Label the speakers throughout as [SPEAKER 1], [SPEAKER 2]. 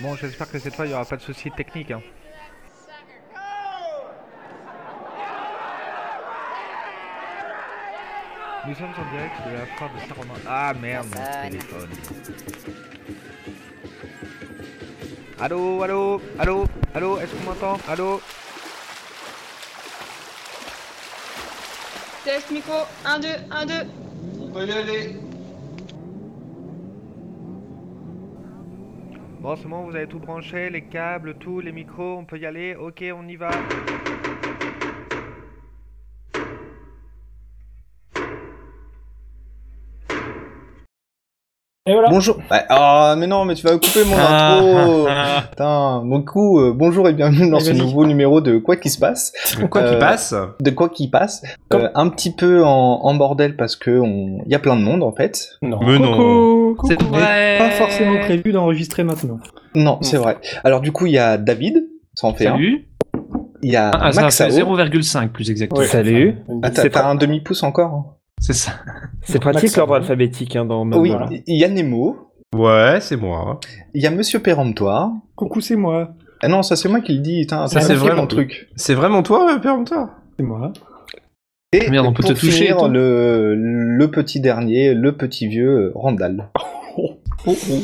[SPEAKER 1] Bon, j'espère que cette fois, il n'y aura pas de soucis techniques. hein. Nous sommes en direct de la foire de Saint-Romain. Ah merde, mon
[SPEAKER 2] Personne.
[SPEAKER 1] téléphone. Allô, allô, allô, allô, est-ce qu'on m'entend Allô
[SPEAKER 3] Test micro, 1, 2, 1, 2.
[SPEAKER 4] On peut y aller.
[SPEAKER 1] Bon, en ce moment, vous avez tout branché, les câbles, tout, les micros, on peut y aller. Ok, on y va.
[SPEAKER 5] Et voilà.
[SPEAKER 6] Bonjour. Bah, Ah, mais non, mais tu vas couper mon
[SPEAKER 5] Ah,
[SPEAKER 6] intro.
[SPEAKER 5] ah,
[SPEAKER 6] Putain. Bon coup, euh, bonjour et bienvenue dans
[SPEAKER 5] Eh,
[SPEAKER 6] ce
[SPEAKER 5] vas-y.
[SPEAKER 6] nouveau numéro de Quoi qui se passe.
[SPEAKER 5] Quoi
[SPEAKER 6] Euh,
[SPEAKER 5] qu'il passe.
[SPEAKER 6] De Quoi qui passe.
[SPEAKER 5] Comme-
[SPEAKER 6] Euh, un petit peu en, en bordel parce que on... y a plein de monde en fait.
[SPEAKER 5] Non.
[SPEAKER 7] Mais non.
[SPEAKER 5] coucou.
[SPEAKER 7] C'est vrai.
[SPEAKER 5] Pas forcément prévu d'enregistrer maintenant.
[SPEAKER 6] Non, c'est vrai. Alors du coup, il y a David, ça en fait un.
[SPEAKER 7] Salut.
[SPEAKER 6] Il y a
[SPEAKER 7] Ah, ça,
[SPEAKER 6] Maxao.
[SPEAKER 7] c'est 0,5 plus exactement.
[SPEAKER 8] Ouais. Salut.
[SPEAKER 6] Ah, t'as
[SPEAKER 8] C'est
[SPEAKER 6] t'as
[SPEAKER 8] pas-
[SPEAKER 6] un demi-pouce encore hein.
[SPEAKER 7] C'est ça.
[SPEAKER 8] C'est
[SPEAKER 5] Max,
[SPEAKER 8] pratique
[SPEAKER 5] ça
[SPEAKER 8] l'ordre
[SPEAKER 5] va.
[SPEAKER 8] alphabétique hein, dans
[SPEAKER 1] Bah,
[SPEAKER 6] Oui,
[SPEAKER 8] Voilà.
[SPEAKER 6] il y a Nemo,
[SPEAKER 9] Ouais, c'est moi.
[SPEAKER 6] il y a Monsieur Péremptoire.
[SPEAKER 5] Coucou, c'est moi.
[SPEAKER 6] Ah non, ça c'est moi qui le dis, putain, ça
[SPEAKER 9] Ça, c'est
[SPEAKER 6] c'est
[SPEAKER 9] vraiment-
[SPEAKER 6] mon truc.
[SPEAKER 9] C'est vraiment toi, euh, Péremptoire
[SPEAKER 5] C'est moi.
[SPEAKER 6] Et
[SPEAKER 7] Merde, on peut
[SPEAKER 6] pour
[SPEAKER 7] te toucher et
[SPEAKER 6] finir,
[SPEAKER 7] tout.
[SPEAKER 6] le, le petit dernier, le petit vieux, euh, Randall.
[SPEAKER 5] Ah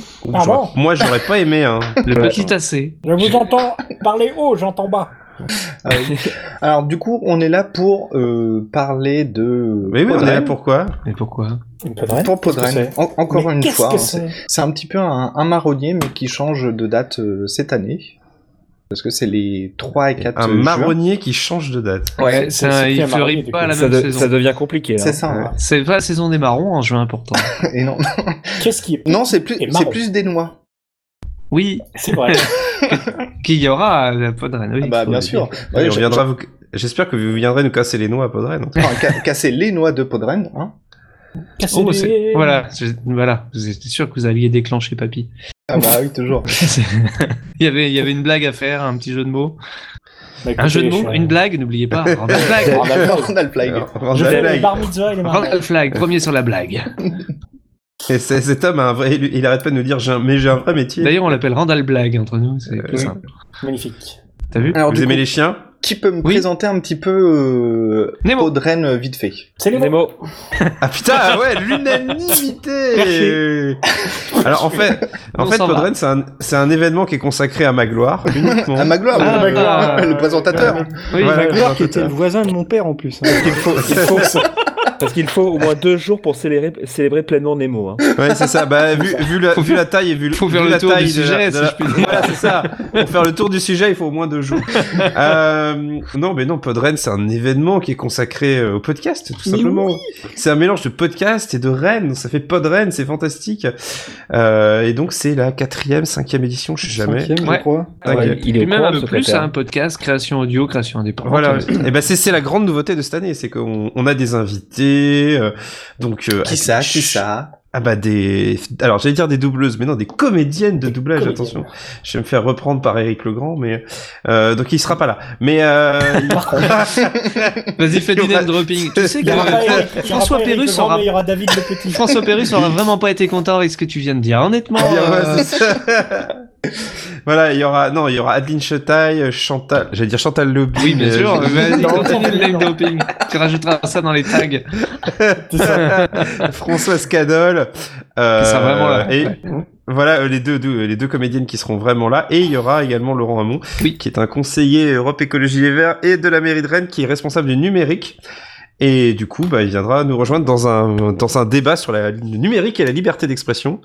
[SPEAKER 9] J'aurais-
[SPEAKER 5] bon
[SPEAKER 9] Moi, j'aurais pas aimé. Hein.
[SPEAKER 7] Le petit assez.
[SPEAKER 5] Je vous entends parler haut, j'entends bas.
[SPEAKER 6] Alors du coup, on est là pour euh, parler de...
[SPEAKER 9] Mais oui, on est
[SPEAKER 6] Podren.
[SPEAKER 9] là pourquoi
[SPEAKER 7] Mais pourquoi
[SPEAKER 5] Une connerie.
[SPEAKER 6] Pour Podren.
[SPEAKER 5] Qu'est-ce que
[SPEAKER 6] En- encore
[SPEAKER 5] Mais
[SPEAKER 6] une
[SPEAKER 5] qu'est-ce
[SPEAKER 6] fois.
[SPEAKER 5] que
[SPEAKER 6] hein,
[SPEAKER 5] c'est
[SPEAKER 6] c'est- C'est un petit peu un, un marronnier, mais qui change de date euh, cette année. Parce que c'est les 3 et 4
[SPEAKER 9] Un
[SPEAKER 6] juin.
[SPEAKER 9] marronnier qui change de date.
[SPEAKER 7] Ouais,
[SPEAKER 5] c'est-
[SPEAKER 7] c'est un-
[SPEAKER 5] c'est qui
[SPEAKER 7] il
[SPEAKER 5] a marronnier,
[SPEAKER 7] fleurit pas
[SPEAKER 5] du coup
[SPEAKER 7] à la
[SPEAKER 8] Ça,
[SPEAKER 7] même
[SPEAKER 8] de-
[SPEAKER 7] saison.
[SPEAKER 8] ça devient compliqué. là.
[SPEAKER 6] C'est ça. hein.
[SPEAKER 7] C'est pas la saison des marrons, un jeu important.
[SPEAKER 6] Et non,
[SPEAKER 5] Qu'est-ce qui est.
[SPEAKER 6] non c'est plus,
[SPEAKER 5] Et marron.
[SPEAKER 6] c'est plus des noix.
[SPEAKER 7] Oui,
[SPEAKER 5] C'est vrai.
[SPEAKER 7] qu'il y aura à la Podren. oui,
[SPEAKER 6] Ah bah
[SPEAKER 7] faut
[SPEAKER 6] bien
[SPEAKER 7] le
[SPEAKER 6] sûr.
[SPEAKER 7] dire.
[SPEAKER 6] Ouais,
[SPEAKER 9] Et on
[SPEAKER 6] je-
[SPEAKER 9] viendra vous... J'espère que vous viendrez nous casser les noix à Podren.
[SPEAKER 6] Enfin, ca- casser les noix de Podren. Hein.
[SPEAKER 5] Cassez
[SPEAKER 7] Oh,
[SPEAKER 5] les-
[SPEAKER 7] c'est- voilà, c'est- voilà, j'étais sûr que vous alliez déclencher papy.
[SPEAKER 6] Ah bah oui, toujours.
[SPEAKER 7] C'est- il, y avait, il y avait une blague à faire, un petit jeu de mots.
[SPEAKER 5] Bah,
[SPEAKER 7] Un jeu de
[SPEAKER 5] écoutez,
[SPEAKER 7] mots,
[SPEAKER 5] je-
[SPEAKER 7] une blague, n'oubliez pas. Randall Flag.
[SPEAKER 6] Randall Randall Plague.
[SPEAKER 9] Alors, Randall
[SPEAKER 5] Je fais les
[SPEAKER 9] Flagg.
[SPEAKER 5] bar mitzvah et les mariages.
[SPEAKER 7] Randall Flag, premier sur la blague.
[SPEAKER 9] Et c'est- cet homme a un vrai. Il arrête pas de nous dire j'ai un- mais j'ai un vrai métier.
[SPEAKER 7] D'ailleurs, on l'appelle Randall Blague entre nous, c'est plus
[SPEAKER 9] oui.
[SPEAKER 7] simple.
[SPEAKER 5] Magnifique.
[SPEAKER 7] T'as vu
[SPEAKER 6] Alors,
[SPEAKER 9] vous
[SPEAKER 6] du
[SPEAKER 9] aimez
[SPEAKER 6] coup,
[SPEAKER 9] les chiens
[SPEAKER 6] qui peut me
[SPEAKER 7] Oui.
[SPEAKER 6] présenter un petit peu euh,
[SPEAKER 7] Nemo.
[SPEAKER 6] Podren euh, vite fait
[SPEAKER 5] C'est les mots.
[SPEAKER 8] Nemo.
[SPEAKER 9] Ah putain, ah ouais, l'unanimité Alors en fait, en
[SPEAKER 7] On
[SPEAKER 9] fait
[SPEAKER 7] s'en va.
[SPEAKER 9] Podren, c'est un, c'est un événement qui est consacré à ma gloire uniquement.
[SPEAKER 6] À Magloire,
[SPEAKER 7] Ah,
[SPEAKER 6] oui,
[SPEAKER 7] Magloire.
[SPEAKER 6] le
[SPEAKER 9] Bah,
[SPEAKER 6] présentateur.
[SPEAKER 7] Oui,
[SPEAKER 9] Voilà.
[SPEAKER 5] Magloire qui était le voisin de mon père en plus. hein.
[SPEAKER 9] Il faut-
[SPEAKER 8] Il faut que- Parce qu'il faut au moins deux jours pour célébrer, célébrer pleinement Nemo. hein.
[SPEAKER 9] Ouais, c'est ça. Bah, vu, vu, la, vu la taille et vu,
[SPEAKER 7] Faut
[SPEAKER 9] vu
[SPEAKER 7] faire le
[SPEAKER 9] la
[SPEAKER 7] tour
[SPEAKER 9] taille
[SPEAKER 7] du
[SPEAKER 9] de la-
[SPEAKER 7] sujet,
[SPEAKER 9] de
[SPEAKER 7] si
[SPEAKER 9] la- Ah
[SPEAKER 7] je puis dire.
[SPEAKER 9] Voilà, c'est ça. Pour faire le tour du sujet, il faut au moins deux jours. Euh, non, mais non, Podren, c'est un événement qui est consacré euh, au podcast, tout
[SPEAKER 5] Mais
[SPEAKER 9] simplement. C'est un mélange de podcast et de Rennes. Ça fait Podren, c'est fantastique. Euh, et donc, c'est la quatrième, cinquième édition, je sais jamais.
[SPEAKER 5] Cinquième, je
[SPEAKER 7] Ouais.
[SPEAKER 5] crois.
[SPEAKER 9] Cinquième.
[SPEAKER 8] il est
[SPEAKER 7] Puis
[SPEAKER 8] au
[SPEAKER 7] même
[SPEAKER 8] courant,
[SPEAKER 7] un peu
[SPEAKER 8] ce
[SPEAKER 7] plus, c'est
[SPEAKER 8] créateur.
[SPEAKER 7] un podcast, création audio, création indépendante.
[SPEAKER 9] Voilà,
[SPEAKER 7] Aussi.
[SPEAKER 9] et ben c'est c'est la grande nouveauté de cette année, c'est qu'on on a des invités, euh, donc euh,
[SPEAKER 6] Qui ça
[SPEAKER 9] avec-
[SPEAKER 6] Qui ça
[SPEAKER 9] Ah bah des... Alors j'allais dire des doubleuses, mais non, des comédiennes de doublage,
[SPEAKER 5] comédiennes.
[SPEAKER 9] attention. Je vais me faire reprendre par Eric Legrand, mais... euh, donc il sera pas là. Mais... Euh...
[SPEAKER 7] Vas-y, fais du
[SPEAKER 9] Il y aura-
[SPEAKER 7] name dropping. Tu sais
[SPEAKER 9] Il
[SPEAKER 5] Il y aura pas Eric-
[SPEAKER 7] que
[SPEAKER 5] il y aura
[SPEAKER 7] François
[SPEAKER 5] pas Eric
[SPEAKER 7] Pérus
[SPEAKER 5] le grand,
[SPEAKER 7] aura-
[SPEAKER 5] mais Il y aura David le petit.
[SPEAKER 7] François Pérus aura vraiment pas été content avec ce que tu viens de dire. Honnêtement,
[SPEAKER 9] il y aura-
[SPEAKER 7] euh,
[SPEAKER 9] voilà, il y aura... Non, il y aura Adeline Chetaille, Chantal... J'allais dire Chantal Lobby.
[SPEAKER 7] oui, bien
[SPEAKER 9] mais
[SPEAKER 7] sûr.
[SPEAKER 9] Euh, je-
[SPEAKER 7] Vas-y,
[SPEAKER 5] Non.
[SPEAKER 7] continue le name dropping. Tu rajouteras ça dans les tags.
[SPEAKER 9] Françoise Cadol. euh,
[SPEAKER 7] Qui sera vraiment là.
[SPEAKER 9] Et voilà euh, les deux, deux- les deux comédiennes qui seront vraiment là. Et il y aura également Laurent Hamon,
[SPEAKER 7] Oui.
[SPEAKER 9] qui est un conseiller Europe Écologie Les Verts et de la mairie de Rennes, qui est responsable du numérique. Et du coup, bah, il viendra nous rejoindre dans un, dans un débat sur la, le numérique et la liberté d'expression.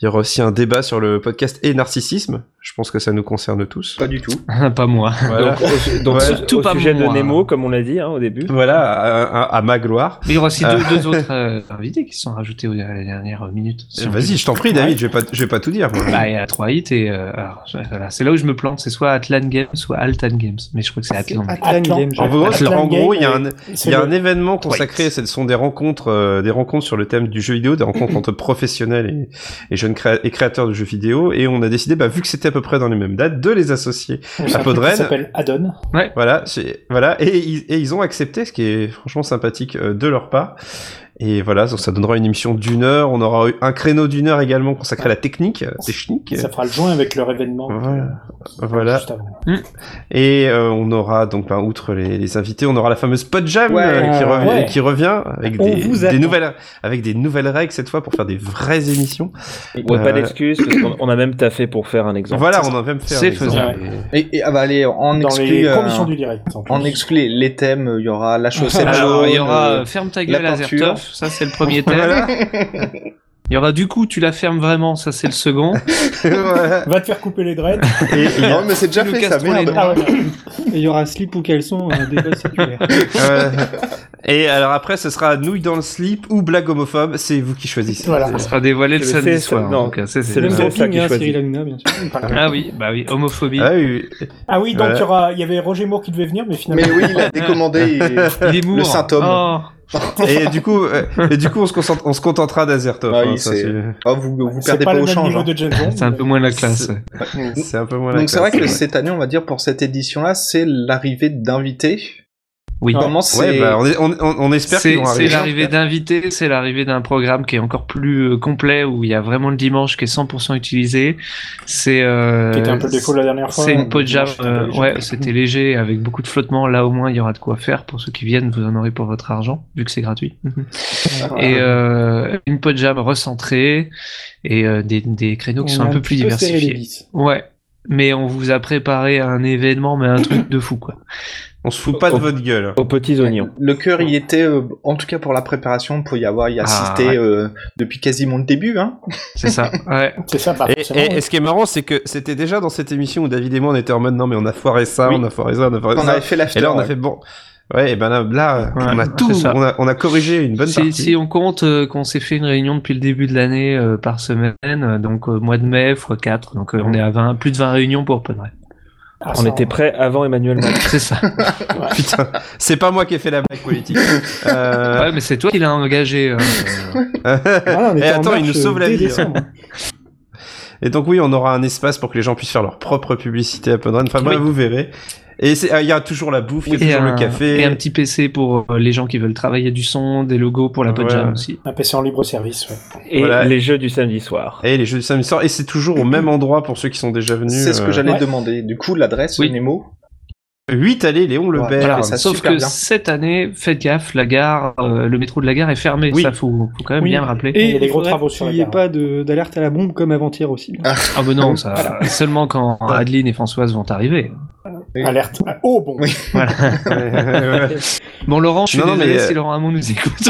[SPEAKER 9] Il y aura aussi un débat sur le podcast et narcissisme. Je pense que ça nous concerne tous.
[SPEAKER 6] Pas du tout.
[SPEAKER 7] Pas moi.
[SPEAKER 9] Voilà,
[SPEAKER 8] Donc, au, donc,
[SPEAKER 9] Ouais.
[SPEAKER 7] Surtout
[SPEAKER 8] au
[SPEAKER 7] pas
[SPEAKER 8] sujet de
[SPEAKER 7] moi.
[SPEAKER 8] Nemo, comme on l'a dit hein, au début.
[SPEAKER 9] voilà à, à- à ma gloire.
[SPEAKER 7] Mais il y aura aussi
[SPEAKER 9] Euh.
[SPEAKER 7] deux, deux autres euh, invités qui se sont rajoutés au- à la dernière minute. Si on peut
[SPEAKER 9] Euh, Vas-y, je t'en prie, David, je vais pas, je vais pas tout dire. moi.
[SPEAKER 7] Bah, il y a 3 hits et euh, alors, je- voilà, c'est là où je me plante. C'est soit Atlan Games, soit Altan Games. Mais je crois que c'est Atlan.
[SPEAKER 5] Atlan Game,
[SPEAKER 9] En gros,
[SPEAKER 5] Atlan
[SPEAKER 9] en gros,
[SPEAKER 5] Game,
[SPEAKER 9] il y a un,
[SPEAKER 5] ouais.
[SPEAKER 9] Il y
[SPEAKER 5] C'est
[SPEAKER 9] a
[SPEAKER 5] le-
[SPEAKER 9] un événement consacré, ce sont des rencontres, euh, des rencontres sur le thème du jeu vidéo, des rencontres entre professionnels et, et jeunes créa- et créateurs de jeux vidéo, et on a décidé, bah, vu que c'était à peu près dans les mêmes dates, de les associer.
[SPEAKER 5] c'est un
[SPEAKER 9] à
[SPEAKER 5] truc qui
[SPEAKER 9] Podren.
[SPEAKER 5] s'appelle Adon.
[SPEAKER 9] Voilà, c'est- voilà, et ils, et ils ont accepté, ce qui est franchement sympathique euh, de leur part. Et voilà, ça, ça donnera une émission d'une heure. On aura eu un créneau d'une heure également consacré à la technique, euh, technique.
[SPEAKER 5] Ça fera le joint avec leur événement.
[SPEAKER 9] Voilà.
[SPEAKER 5] euh,
[SPEAKER 9] Voilà.
[SPEAKER 5] juste avant.
[SPEAKER 9] Et euh, on aura donc, ben, outre les, les invités, on aura la fameuse Podjam
[SPEAKER 6] Ouais.
[SPEAKER 9] euh, qui, rev-
[SPEAKER 5] Ah, Ouais.
[SPEAKER 9] qui revient avec
[SPEAKER 5] On
[SPEAKER 9] des,
[SPEAKER 5] vous
[SPEAKER 9] des
[SPEAKER 5] attend.
[SPEAKER 9] nouvelles, avec des nouvelles règles cette fois pour faire des vraies émissions.
[SPEAKER 8] Ouais,
[SPEAKER 9] Euh,
[SPEAKER 8] pas d'excuses, parce qu'on on a même taffé pour faire un exemple.
[SPEAKER 9] voilà, on a même fait. un
[SPEAKER 7] C'est
[SPEAKER 9] exemple.
[SPEAKER 7] faisable.
[SPEAKER 6] Et, et- ah bah allez, en
[SPEAKER 5] Dans
[SPEAKER 6] exclu,
[SPEAKER 5] les
[SPEAKER 6] euh,
[SPEAKER 5] conditions du Ah, direct. en plus.
[SPEAKER 6] en exclu les thèmes, euh, il y aura la chaussette
[SPEAKER 7] Alors,
[SPEAKER 6] jaune,
[SPEAKER 7] il y aura
[SPEAKER 6] euh,
[SPEAKER 7] euh, Ferme ta
[SPEAKER 6] la
[SPEAKER 7] gueule,
[SPEAKER 6] peinture.
[SPEAKER 7] Azertov. Ça, c'est le premier thème. Il y aura du coup, tu la fermes vraiment. Ça, c'est le second.
[SPEAKER 6] voilà.
[SPEAKER 5] Va te faire couper les dreads.
[SPEAKER 9] Et- et-
[SPEAKER 6] non mais c'est déjà
[SPEAKER 7] Nous
[SPEAKER 6] fait ça,
[SPEAKER 7] casserons les
[SPEAKER 6] merde.
[SPEAKER 7] dents.
[SPEAKER 5] Ah ouais. Et Il y aura slip ou caleçon, un débat séculaire.
[SPEAKER 9] Ouais. Euh, Et alors après, ce sera nouille dans le slip ou blague homophobe, c'est vous qui choisissez.
[SPEAKER 5] Voilà.
[SPEAKER 7] Ça sera dévoilé le
[SPEAKER 8] C'est-
[SPEAKER 7] samedi
[SPEAKER 8] c'est-
[SPEAKER 7] soir.
[SPEAKER 8] non,
[SPEAKER 7] en tout cas, ça,
[SPEAKER 8] c'est le
[SPEAKER 5] Même
[SPEAKER 8] seul
[SPEAKER 5] camping,
[SPEAKER 8] sac qui
[SPEAKER 5] hein,
[SPEAKER 8] choisit.
[SPEAKER 5] Cyril Hanouna, bien sûr.
[SPEAKER 7] Ah oui, bah oui, homophobie.
[SPEAKER 9] Ah oui, oui.
[SPEAKER 5] Ah oui, donc
[SPEAKER 9] Voilà.
[SPEAKER 5] il y aura, il y avait Roger Moore qui devait venir, mais finalement.
[SPEAKER 6] Mais oui, il a décommandé. et-
[SPEAKER 7] Il est mort.
[SPEAKER 6] Le symptôme.
[SPEAKER 7] Oh.
[SPEAKER 9] et du coup, euh, et du coup, on se concentre, on se contentera d'Azertov.
[SPEAKER 6] Ah
[SPEAKER 9] hein,
[SPEAKER 6] oui,
[SPEAKER 9] ça,
[SPEAKER 6] c'est-
[SPEAKER 9] c'est-
[SPEAKER 6] Ah, vous vous
[SPEAKER 5] C'est
[SPEAKER 6] perdez
[SPEAKER 5] pas,
[SPEAKER 6] pas,
[SPEAKER 5] le
[SPEAKER 6] au
[SPEAKER 5] même
[SPEAKER 6] change.
[SPEAKER 5] niveau
[SPEAKER 6] hein.
[SPEAKER 5] de James Bond.
[SPEAKER 7] C'est un peu moins la classe. ouais.
[SPEAKER 9] c'est un peu moins. la
[SPEAKER 6] Donc c'est vrai
[SPEAKER 9] classe,
[SPEAKER 6] que
[SPEAKER 9] ouais.
[SPEAKER 6] cette année, on va dire pour cette édition-là, c'est l'arrivée d'invités.
[SPEAKER 7] Oui.
[SPEAKER 6] Comment c'est
[SPEAKER 9] Ouais, bah, on, est- on- on- on espère
[SPEAKER 7] C'est
[SPEAKER 9] qu'ils vont
[SPEAKER 7] c'est
[SPEAKER 9] arriver.
[SPEAKER 7] l'arrivée d'invités, c'est l'arrivée d'un programme qui est encore plus euh, complet, où il y a vraiment le dimanche qui est 100% utilisé. C'est euh,
[SPEAKER 5] Qui était un peu le défaut la dernière fois.
[SPEAKER 7] c'est une
[SPEAKER 5] Le
[SPEAKER 7] peau de jam,
[SPEAKER 5] dimanche, c'était
[SPEAKER 7] euh,
[SPEAKER 5] léger.
[SPEAKER 7] ouais, c'était léger, avec beaucoup de flottement. Là, au moins, il y aura de quoi faire. Pour ceux qui viennent, vous en aurez pour votre argent, vu que c'est gratuit.
[SPEAKER 5] Mhm.
[SPEAKER 6] Ah,
[SPEAKER 7] Et euh, une peau de jam recentrée, et euh, des, des créneaux
[SPEAKER 5] On
[SPEAKER 7] qui sont
[SPEAKER 5] a
[SPEAKER 7] un peu plus
[SPEAKER 5] serré les
[SPEAKER 7] diversifiés.
[SPEAKER 5] vis.
[SPEAKER 7] Ouais. Mais on vous a préparé un événement, mais un truc de fou, quoi.
[SPEAKER 9] On se fout pas
[SPEAKER 6] Oh.
[SPEAKER 9] de votre gueule.
[SPEAKER 8] Aux petits oignons.
[SPEAKER 6] Le cœur y était, euh, en tout cas pour la préparation, pour y avoir y
[SPEAKER 7] Ah,
[SPEAKER 6] assisté
[SPEAKER 7] ouais.
[SPEAKER 6] euh, depuis quasiment le début. Hein.
[SPEAKER 7] C'est ça. Ouais.
[SPEAKER 5] C'est ça, pas
[SPEAKER 2] Ah,
[SPEAKER 9] Et,
[SPEAKER 5] forcément.
[SPEAKER 9] et- et ce qui est marrant, c'est que c'était déjà dans cette émission où David et moi on était en mode non mais on a foiré ça,
[SPEAKER 6] Oui.
[SPEAKER 9] on a foiré ça, on a foiré
[SPEAKER 6] On
[SPEAKER 9] Bah, ça.
[SPEAKER 6] avait fait l'after.
[SPEAKER 9] Et là on a
[SPEAKER 6] ouais.
[SPEAKER 9] fait bon. Ouais, et ben là, là,
[SPEAKER 7] Ouais,
[SPEAKER 9] on a tout,
[SPEAKER 7] c'est ça.
[SPEAKER 9] on a, on a corrigé une bonne
[SPEAKER 7] si,
[SPEAKER 9] partie.
[SPEAKER 7] si on compte euh, qu'on s'est fait une réunion depuis le début de l'année euh, par semaine, euh, donc euh, mois de mai x 4, donc euh, on est à 20, plus de 20 réunions pour Open Rep.
[SPEAKER 5] Ah,
[SPEAKER 8] On
[SPEAKER 5] ça,
[SPEAKER 8] était prêts avant Emmanuel Macron.
[SPEAKER 7] C'est ça.
[SPEAKER 9] Putain, c'est pas moi qui ai fait la blague politique. Euh,
[SPEAKER 7] Ouais, mais c'est toi qui l'as engagé. euh, euh,
[SPEAKER 5] Ah, on
[SPEAKER 9] et
[SPEAKER 5] était en
[SPEAKER 9] attends, il
[SPEAKER 5] marche,
[SPEAKER 9] nous sauve la
[SPEAKER 5] dès
[SPEAKER 9] vie.
[SPEAKER 5] décembre.
[SPEAKER 9] Et donc oui, on aura un espace pour que les gens puissent faire leur propre publicité à Podrun. Enfin, bah,
[SPEAKER 7] Oui.
[SPEAKER 9] vous verrez. Et c'est- ah, il y a toujours la bouffe, il y a
[SPEAKER 7] et,
[SPEAKER 9] toujours
[SPEAKER 7] un,
[SPEAKER 9] le café.
[SPEAKER 7] et un petit PC pour euh, les gens qui veulent travailler du son, des logos pour la Podjam
[SPEAKER 9] Voilà.
[SPEAKER 7] aussi.
[SPEAKER 5] Un PC en libre service. ouais.
[SPEAKER 8] Et
[SPEAKER 9] Voilà.
[SPEAKER 8] les jeux du samedi soir.
[SPEAKER 9] Et les jeux du samedi soir. Et c'est toujours au même endroit pour ceux qui sont déjà venus.
[SPEAKER 6] C'est ce que
[SPEAKER 9] euh,
[SPEAKER 6] j'allais
[SPEAKER 5] Ouais.
[SPEAKER 6] demander. Du coup, l'adresse,
[SPEAKER 7] Oui.
[SPEAKER 6] Nemo.
[SPEAKER 9] 8 allées Léon Lebert.
[SPEAKER 6] Voilà.
[SPEAKER 7] Voilà.
[SPEAKER 6] ça
[SPEAKER 7] Sauf
[SPEAKER 6] super
[SPEAKER 7] que
[SPEAKER 6] bien.
[SPEAKER 7] cette année, faites gaffe, la gare, euh, le métro de la gare est fermé.
[SPEAKER 9] Oui.
[SPEAKER 7] Ça, faut, faut quand même
[SPEAKER 5] Oui.
[SPEAKER 7] bien le rappeler.
[SPEAKER 5] Et il y a des il gros faudrait travaux sur la qu'il y ait gare. pas de- d'alerte à la bombe comme avant-hier aussi.
[SPEAKER 7] Ah, ben non, ça, seulement quand
[SPEAKER 9] Ouais.
[SPEAKER 7] Adeline et Françoise vont arriver.
[SPEAKER 6] Oui.
[SPEAKER 5] Alerte. Oh bon.
[SPEAKER 6] Oui.
[SPEAKER 7] Bon, Laurent, je suis
[SPEAKER 9] Non, non,
[SPEAKER 7] désolé
[SPEAKER 9] mais, euh,
[SPEAKER 7] si Laurent Hamon nous écoute.